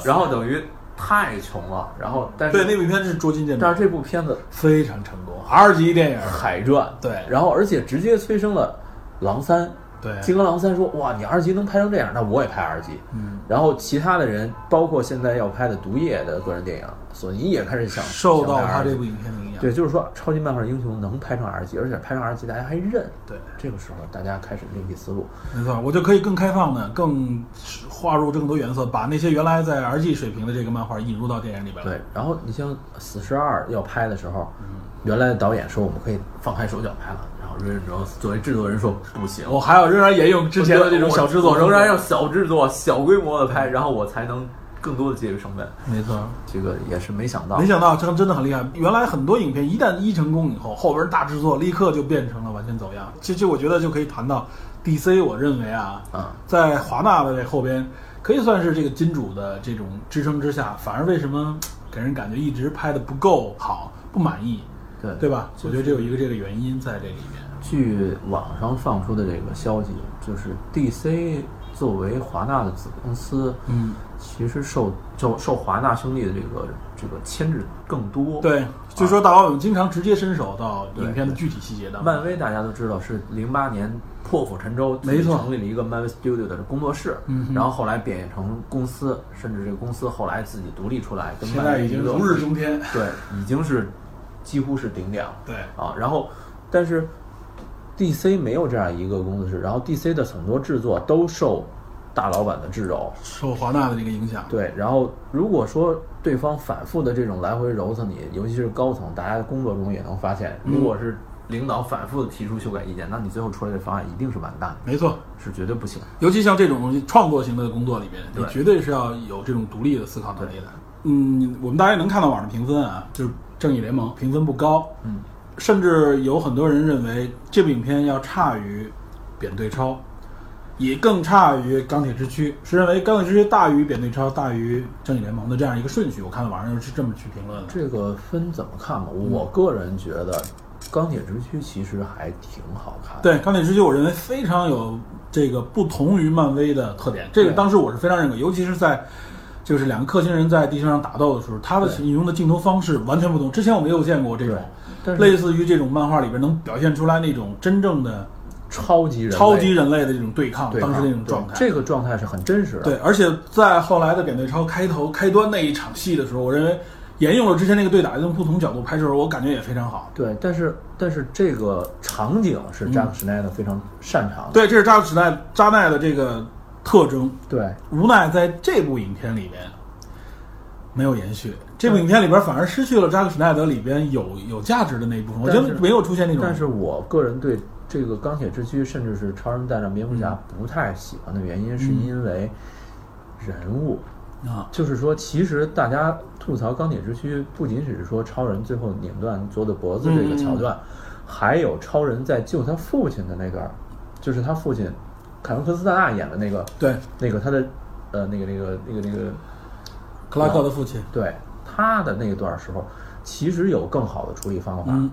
Speaker 3: 然后等于太穷了，然后但是
Speaker 2: 对，那部片是捉襟见
Speaker 3: 但
Speaker 2: 肘，
Speaker 3: 是这部片子
Speaker 2: 非常成功，R 级电影。
Speaker 3: 海传，
Speaker 2: 对
Speaker 3: 然后而且直接催生了狼三，
Speaker 2: 对
Speaker 3: 金刚狼三说哇，你二级能拍成这样，那我也拍二级。
Speaker 2: 嗯，
Speaker 3: 然后其他的人，包括现在要拍的毒液的个人电影，索尼也开始想
Speaker 2: 受到
Speaker 3: 想拍
Speaker 2: 他
Speaker 3: R 级
Speaker 2: 这部影片的影响。
Speaker 3: 对，就是说超级漫画英雄能拍成二级，而且拍成二级大家还认。
Speaker 2: 对
Speaker 3: 这个时候大家开始另辟思路，
Speaker 2: 没错，我就可以更开放的、更划入更多元素，把那些原来在 R G 水平的这个漫画引入到电影里边来。
Speaker 3: 对，然后你像《死侍二》要拍的时候，
Speaker 2: 嗯
Speaker 3: 原来的导演说我们可以放开手脚拍了，然后瑞恩·罗斯作为制作人说不行，
Speaker 2: 我还要仍然沿用之前的这种小制作，
Speaker 3: 我仍然要小制作、小规模的拍，然后我才能更多的节约成本。
Speaker 2: 没错。
Speaker 3: 这个也是没想到
Speaker 2: 没，想到这真的很厉害。原来很多影片一旦一成功以后，后边大制作立刻就变成了完全走样。这这我觉得就可以谈到 DC，我认为啊，
Speaker 3: 啊
Speaker 2: 在华纳的这后边，可以算是这个金主的这种支撑之下，反而为什么给人感觉一直拍的不够好，不满意，
Speaker 3: 对
Speaker 2: 对吧？我觉得这有一个这个原因在这里面。
Speaker 3: 据网上放出的这个消息，就是 DC 作为华纳的子公司，
Speaker 2: 嗯，
Speaker 3: 其实受受受华纳兄弟的这个这个牵制更多。，
Speaker 2: 对，据说大老远经常直接伸手到影片的具体细节当中。
Speaker 3: 漫威大家都知道是零八年破釜沉舟，
Speaker 2: 没错
Speaker 3: 成立了一个漫威 Studio 的工作室，
Speaker 2: 嗯哼
Speaker 3: 然后后来变成公司，甚至这个公司后来自己独立出来，跟
Speaker 2: 现
Speaker 3: 漫
Speaker 2: 在
Speaker 3: 威
Speaker 2: 已经
Speaker 3: 一个
Speaker 2: 如日中天。
Speaker 3: 对，已经是几乎是顶点了
Speaker 2: 对，
Speaker 3: 啊。然后，但是 DC 没有这样一个工作室，然后 DC 的很多制作都受大老板的制肘。
Speaker 2: 受华纳的这个影响。
Speaker 3: 对，然后如果说对方反复的这种来回揉蹭你，尤其是高层，大家工作中也能发现，
Speaker 2: 嗯
Speaker 3: 如果是领导反复的提出修改意见，那你最后出来的方案一定是完蛋的，
Speaker 2: 没错，
Speaker 3: 是绝对不行的。
Speaker 2: 尤其像这种东西创作型的工作里面，你
Speaker 3: 对
Speaker 2: 绝对是要有这种独立的思考能力的。嗯，我们大家能看到网上评分啊，就是《正义联盟》评分不高，
Speaker 3: 嗯，
Speaker 2: 甚至有很多人认为这部影片要差于《扁对超》，也更差于《钢铁之躯》，是认为《钢铁之躯》大于《扁对超》大于《正义联盟》的这样一个顺序。我看到网上是这么去评论的。
Speaker 3: 这个分怎么看吧？
Speaker 2: 嗯
Speaker 3: 我个人觉得，《钢铁之躯》其实还挺好看的。
Speaker 2: 对《钢铁之躯》，我认为非常有这个不同于漫威的特点。这个
Speaker 3: 对
Speaker 2: 当时我是非常认可，尤其是在就是两个克星人在地球上打斗的时候，他的
Speaker 3: 对
Speaker 2: 使用的镜头方式完全不同。之前我没有见过这种
Speaker 3: 对但是
Speaker 2: 类似于这种漫画里边能表现出来那种真正的
Speaker 3: 超级人类，
Speaker 2: 超级人类的这种对抗，
Speaker 3: 对
Speaker 2: 当时
Speaker 3: 抗
Speaker 2: 那种
Speaker 3: 对
Speaker 2: 状态。
Speaker 3: 这个状态是很真实的。
Speaker 2: 对，而且在后来的扁鹊超开头开端那一场戏的时候，我认为沿用了之前那个对打，用不同角度拍摄，我感觉也非常好。
Speaker 3: 对，但是但是这个场景
Speaker 2: 嗯
Speaker 3: 是扎克施奈德非常擅长的。
Speaker 2: 对，这是扎克时代扎奈的这个特征。
Speaker 3: 对
Speaker 2: 无奈在这部影片里边没有延续，这部影片里边反而失去了扎克施奈德里边有有价值的那一部分。我觉
Speaker 3: 但
Speaker 2: 得
Speaker 3: 是
Speaker 2: 没有出现那种，
Speaker 3: 但是我个人对这个钢铁之躯，甚至是超人大战蝙蝠侠
Speaker 2: 嗯
Speaker 3: 不太喜欢的原因，是因为人物。
Speaker 2: 啊，
Speaker 3: 就是说，其实大家吐槽钢铁之躯，不仅只是说超人最后拧断佐的脖子这个
Speaker 2: 嗯
Speaker 3: 桥段，还有超人在救他父亲的那个，就是他父亲凯文·科斯塔纳演的那个，
Speaker 2: 对，
Speaker 3: 那个他的呃那个那个那个那个，
Speaker 2: 克拉克的父亲，
Speaker 3: 对他的那段时候，其实有更好的处理方法。
Speaker 2: 嗯，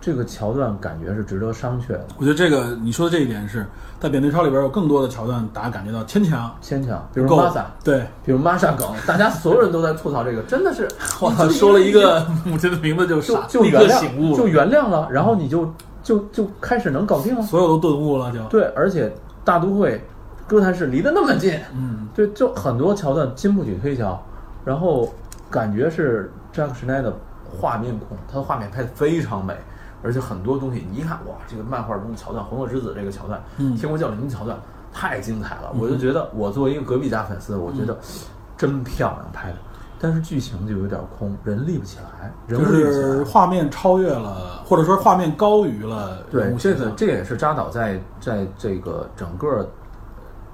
Speaker 3: 这个桥段感觉是值得商榷的，
Speaker 2: 我觉得这个你说的这一点是在《扁鹊超》里边有更多的桥段，大家感觉到牵强，
Speaker 3: 牵强，比
Speaker 2: 不
Speaker 3: 如
Speaker 2: 够
Speaker 3: 玛莎，，
Speaker 2: 对。
Speaker 3: 比如玛莎梗，大家所有人都在吐槽这个，真的是
Speaker 2: 我操，说了一 个母亲的名字就
Speaker 3: 就
Speaker 2: 傻，
Speaker 3: 就
Speaker 2: 立
Speaker 3: 原
Speaker 2: 刻
Speaker 3: 谅
Speaker 2: 醒悟了，
Speaker 3: 就原谅了，然后你就就就开始能搞定了。
Speaker 2: 所有都顿悟了，就
Speaker 3: 对，而且大都会、哥谭市离得那么近，
Speaker 2: 嗯，
Speaker 3: 对，就很多桥段经不起推敲，然后感觉是扎克施奈的画面控，他的画面拍得非常美，而且很多东西你一看，哇，这个漫画中的桥段，《红火之子》这个桥段，
Speaker 2: 嗯
Speaker 3: 天国降临》的桥段太精彩了，我就觉得我作为一个隔壁家粉丝，我觉得
Speaker 2: 嗯
Speaker 3: 真漂亮拍的。但是剧情就有点空，人立不起来，人
Speaker 2: 就
Speaker 3: 物立不起来。
Speaker 2: 是画面超越了，或者说画面高于了人
Speaker 3: 对，
Speaker 2: 物
Speaker 3: 这
Speaker 2: 形
Speaker 3: 个
Speaker 2: 象
Speaker 3: 这也是扎导在在这个整个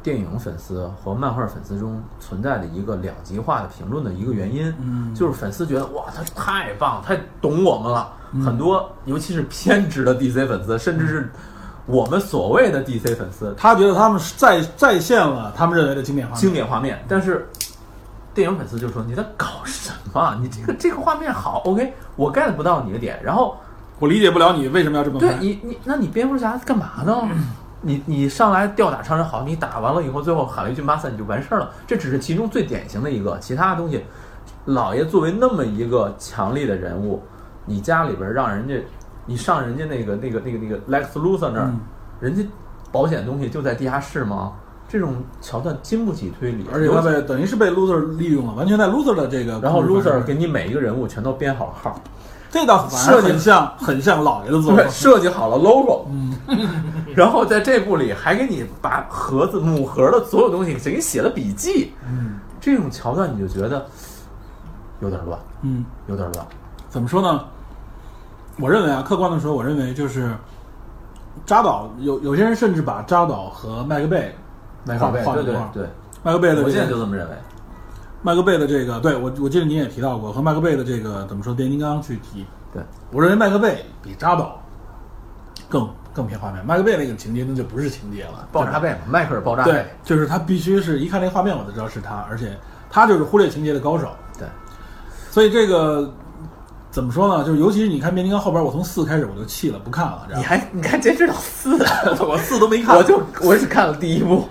Speaker 3: 电影粉丝和漫画粉丝中存在的一个两极化的评论的一个原因。
Speaker 2: 嗯
Speaker 3: 就是粉丝觉得哇，他太棒，太懂我们了。很多，尤其是偏执的 DC 粉丝，甚至是我们所谓的 DC 粉丝，
Speaker 2: 他觉得他们是再再现了他们认为的经典画面，
Speaker 3: 经典画面，但是电影粉丝就说你在搞什么？你这个这个画面好，OK，我 get 不到你的点，然后。
Speaker 2: 我理解不了你为什么要这么
Speaker 3: 对
Speaker 2: 拍。
Speaker 3: 你，你那你蝙蝠侠干嘛呢？你你上来吊打超人好，你打完了以后，最后喊了一句“马赛”，你就完事儿了。这只是其中最典型的一个，其他的东西，老爷作为那么一个强力的人物，你家里边让人家，你上人家那个那个那个那个 Lex Luthor 那儿，
Speaker 2: 嗯
Speaker 3: 人家保险东西就在地下室吗？这种桥段经不起推理，
Speaker 2: 而且
Speaker 3: 尤
Speaker 2: 他
Speaker 3: 其
Speaker 2: 被等于是被 loser 利用了，完全在 loser 的这个
Speaker 3: 然后
Speaker 2: 控制范
Speaker 3: loser
Speaker 2: 围
Speaker 3: 给你每一个人物全都编好号，
Speaker 2: 这倒反而
Speaker 3: 设计
Speaker 2: 很像很像老爷的做法
Speaker 3: 对，，设计好了 logo，然 后在这部里还给你把盒子母盒的所有东西给你写了笔记，
Speaker 2: 嗯
Speaker 3: 这种桥段你就觉得有点乱，
Speaker 2: 嗯，
Speaker 3: 有点乱。
Speaker 2: 怎么说呢？我认为啊，客观的说，我认为就是扎导有有些人甚至把扎导和麦克贝
Speaker 3: 麦
Speaker 2: 画
Speaker 3: 克贝，
Speaker 2: 画
Speaker 3: 对对
Speaker 2: 得画
Speaker 3: 对，
Speaker 2: 麦克贝的
Speaker 3: 我
Speaker 2: 这
Speaker 3: 现在
Speaker 2: 个
Speaker 3: 就这么认为。
Speaker 2: 麦克贝的这个，对我我记得你也提到过，和麦克贝的这个怎么说变形金刚去提，
Speaker 3: 对，
Speaker 2: 我认为麦克贝比扎导更更偏画面，麦克贝那个情节那就不是情节了，
Speaker 3: 爆炸贝嘛，迈克尔爆炸
Speaker 2: 对
Speaker 3: 贝，，
Speaker 2: 就是他必须是一看那画面我就知道是他，而且他就是忽略情节的高手，
Speaker 3: 对，
Speaker 2: 所以这个怎么说呢？就是尤其是你看变形金刚后边，我从四开始我就弃了，不看了，这
Speaker 3: 你
Speaker 2: 样
Speaker 3: 还你还截止到四，
Speaker 2: 我四都没看，
Speaker 3: 我就我只看了第一部。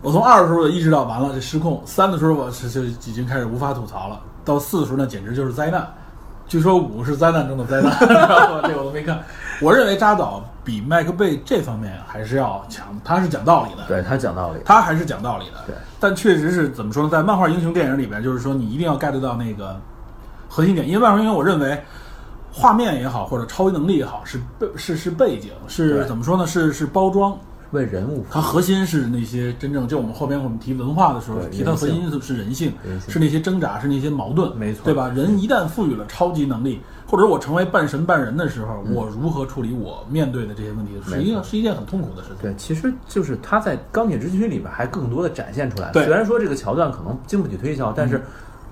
Speaker 2: 我从二的时候我就意识到完了这失控，三的时候我是就已经开始无法吐槽了，到四的时候那简直就是灾难。据说五是灾难中的灾难， 然后这个我都没看。我认为扎导比麦克贝这方面还是要强，他是讲道理的，
Speaker 3: 对他讲道理，
Speaker 2: 他还是讲道理的。
Speaker 3: 对，
Speaker 2: 但确实是怎么说呢，在漫画英雄电影里边，就是说你一定要 get 到那个核心点，因为漫画英雄我认为。画面也好，或者超能力也好，是背是是背景，是
Speaker 3: 对
Speaker 2: 怎么说呢？是是包装，
Speaker 3: 为人物服务
Speaker 2: 它核心是那些真正，就我们后边我们提文化的时候
Speaker 3: 对
Speaker 2: 提它核心因素是人性，
Speaker 3: 人性
Speaker 2: 是那些挣扎，是那些矛盾，
Speaker 3: 没错
Speaker 2: 对吧？人一旦赋予了超级能力，或者我成为半神半人的时
Speaker 3: 嗯
Speaker 2: 候，我如何处理我面对的这些问题，是一个是一件很痛苦的事情。
Speaker 3: 对，其实就是他在《钢铁之躯》里边还更多的展现出来。
Speaker 2: 对嗯
Speaker 3: 虽然说这个桥段可能经不起推敲，但是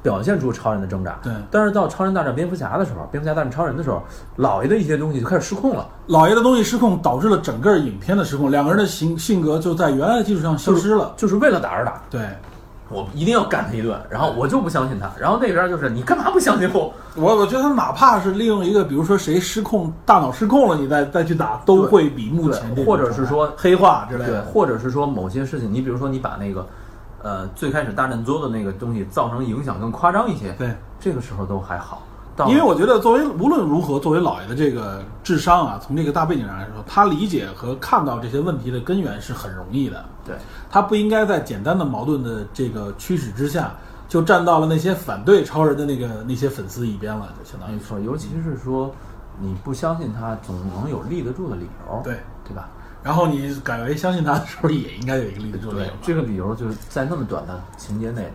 Speaker 3: 表现出超人的挣扎。
Speaker 2: 对
Speaker 3: 但是到超人大战蝙蝠侠的时候，蝙蝠侠大战超人的时候，老爷的一些东西就开始失控了，
Speaker 2: 老爷的东西失控，导致了整个影片的失控，两个人的性性格就在原来的基础上消失了。
Speaker 3: 就是为了打而打，
Speaker 2: 对，
Speaker 3: 我一定要干他一顿，然后我就不相信他，然后那边就是你干嘛不相信我？
Speaker 2: 我我觉得他哪怕是利用一个，比如说谁失控，大脑失控了，你再再去打，都
Speaker 3: 对
Speaker 2: 会比目
Speaker 3: 对
Speaker 2: 前这种
Speaker 3: 或者是
Speaker 2: 状态
Speaker 3: 说
Speaker 2: 黑化 之类
Speaker 3: 对
Speaker 2: 的，。
Speaker 3: 或者是说某些事情，你比如说你把那个，呃，最开始大战桌的那个东西造成影响更夸张一些，
Speaker 2: 对，
Speaker 3: 这个时候都还好。到
Speaker 2: 因为我觉得，作为无论如何，作为老爷的这个智商啊，从这个大背景上来说，他理解和看到这些问题的根源是很容易的。
Speaker 3: 对。
Speaker 2: 他不应该在简单的矛盾的这个驱使之下，就站到了那些反对超人的那个那些粉丝一边了，就相当于
Speaker 3: 没错，尤其是说你不相信他，总能有立得住的理由，
Speaker 2: 对
Speaker 3: 对吧？
Speaker 2: 然后你改为相信他的时候，也应该有一个立得住的理由吧。
Speaker 3: 这个理由就是在那么短的情节内，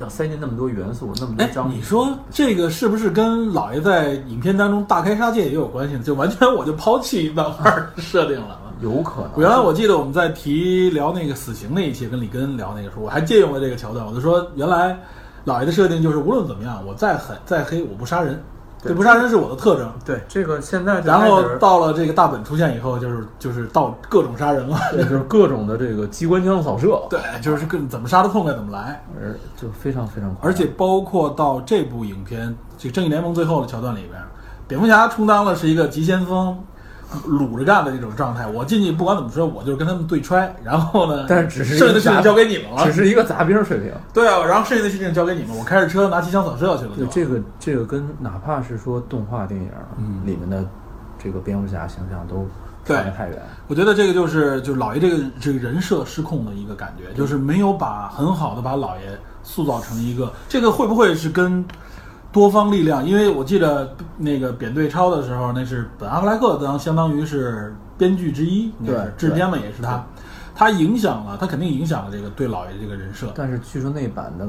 Speaker 3: 要塞进那么多元素，那么多
Speaker 2: 哎，
Speaker 3: 章节，
Speaker 2: 你说这个是不是跟老爷在影片当中大开杀戒也有关系呢？就完全我就抛弃漫画设定了。
Speaker 3: 有可能
Speaker 2: 原来我记得我们在提聊那个死刑那一期，跟李根聊那个时候，我还借用了这个桥段，我就说原来老爷的设定就是无论怎么样，我再狠再黑，我不杀人，
Speaker 3: 对
Speaker 2: 这不杀人是我的特征。
Speaker 3: 对这个现在就
Speaker 2: 然
Speaker 3: 开
Speaker 2: 后
Speaker 3: 始
Speaker 2: 到了这个大本出现以后，就是就是到各种杀人了，
Speaker 3: 对就是各种的这个机关枪扫射，
Speaker 2: 对，就是更怎么杀的痛快怎么来。
Speaker 3: 而就非常非常快，
Speaker 2: 而且包括到这部影片这个《正义联盟》最后的桥段里边，蝙蝠侠充当了是一个急先锋，撸着干的这种状态。我进去不管怎么说，我就是跟他们对揣，然后呢，
Speaker 3: 但是只是一个
Speaker 2: 剩下的事情交给你们
Speaker 3: 只
Speaker 2: 了。
Speaker 3: 是一个杂兵水平。
Speaker 2: 对啊，然后剩下的事情交给你们，我开着车拿机枪扫射去了就。
Speaker 3: 对这个这个跟哪怕是说动画电影里面的这个蝙蝠侠形象都
Speaker 2: 嗯对
Speaker 3: 差得太远，
Speaker 2: 我觉得这个就是就是老爷这个这个人设失控的一个感觉，就是没有把很好的把老爷塑造成一个这个会不会是跟多方力量？因为我记得那个扁对超的时候，那是本阿弗莱克当相当于是编剧之一，应该是
Speaker 3: 对
Speaker 2: 制片嘛，也是他，他影响了，他肯定影响了这个对老爷这个人设。
Speaker 3: 但是据说那版的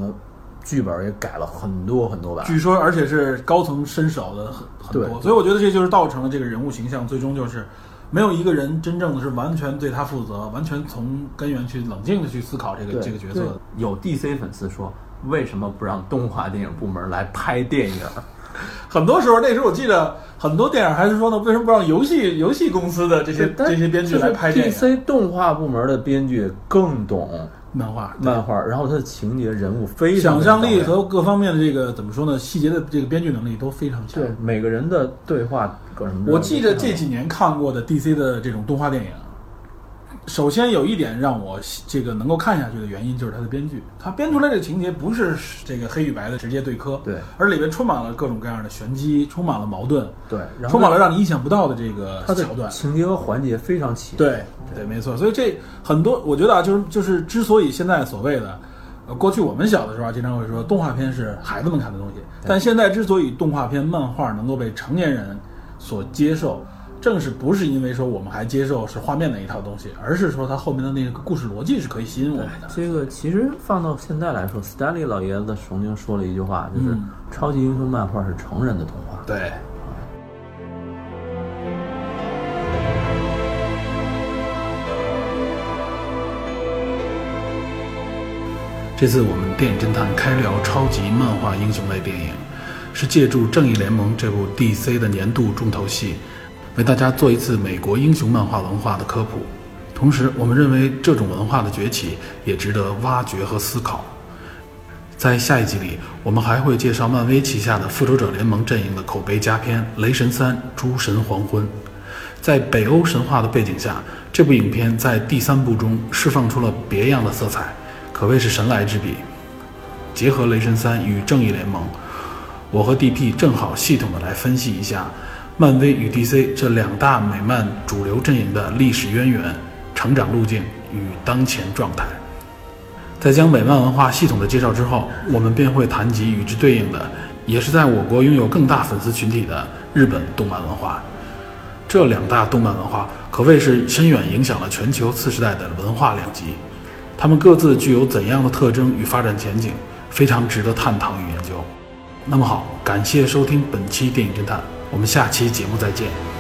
Speaker 3: 剧本也改了很多很多版，
Speaker 2: 据说，而且是高层伸手的很很
Speaker 3: 对
Speaker 2: 多，所以我觉得这就是造成了这个人物形象最终就是没有一个人真正的是完全对他负责，完全从根源去冷静的去思考这个
Speaker 3: 对
Speaker 2: 这个角色的。
Speaker 3: 对有 DC 粉丝说，为什么不让动画电影部门来拍电影？
Speaker 2: 很多时候，那时候我记得很多电影还是说呢，为什么不让游戏游戏公司的这些这些编剧来拍电影啊
Speaker 3: DC 动画部门的编剧更懂
Speaker 2: 漫画？
Speaker 3: 漫画，然后他的情节、人物非常
Speaker 2: 想象力
Speaker 3: 到位
Speaker 2: 和各方面的这个怎么说呢？细节的这个编剧能力都非常强
Speaker 3: 对。每个人的对话各什么的。
Speaker 2: 我记得这几年看过的 DC 的这种动画电影，首先有一点让我这个能够看下去的原因就是它的编剧，它编出来的情节不是这个黑与白的直接对磕，
Speaker 3: 对
Speaker 2: 而里面充满了各种各样的玄机，充满了矛盾，
Speaker 3: 对，然后
Speaker 2: 充满了让你意想不到的这个
Speaker 3: 他的
Speaker 2: 桥段。
Speaker 3: 情节和环节非常齐。
Speaker 2: 对对，没错。所以这很多，我觉得啊，就是就是，之所以现在所谓的，呃，过去我们小的时候啊，经常会说动画片是孩子们看的东西，但现在之所以动画片、漫画能够被成年人所接受，正是不是因为说我们还接受是画面那一套东西，而是说它后面的那个故事逻辑是可以吸引我们的。
Speaker 3: 这个其实放到现在来说，Stanley 老爷子曾经说了一句话，就是、
Speaker 2: 嗯
Speaker 3: 超级英雄漫画是成人的童话。
Speaker 2: 对。这次我们电影侦探开聊超级漫画英雄类电影，是借助《正义联盟》这部 DC 的年度重头戏，为大家做一次美国英雄漫画文化的科普。同时，我们认为这种文化的崛起也值得挖掘和思考。在下一集里，我们还会介绍漫威旗下的复仇者联盟阵营的口碑佳片《雷神三：诸神黄昏》。在北欧神话的背景下，这部影片在第三部中释放出了别样的色彩，可谓是神来之笔。结合《雷神三》与《正义联盟》，我和 DP 正好系统的来分析一下漫威与 DC 这两大美漫主流阵营的历史渊源、成长路径与当前状态。在将美漫文化系统的介绍之后，我们便会谈及与之对应的，也是在我国拥有更大粉丝群体的日本动漫文化。这两大动漫文化可谓是深远影响了全球次时代的文化两极，它们各自具有怎样的特征与发展前景，非常值得探讨与研究。那么好，感谢收听本期电影侦探，我们下期节目再见。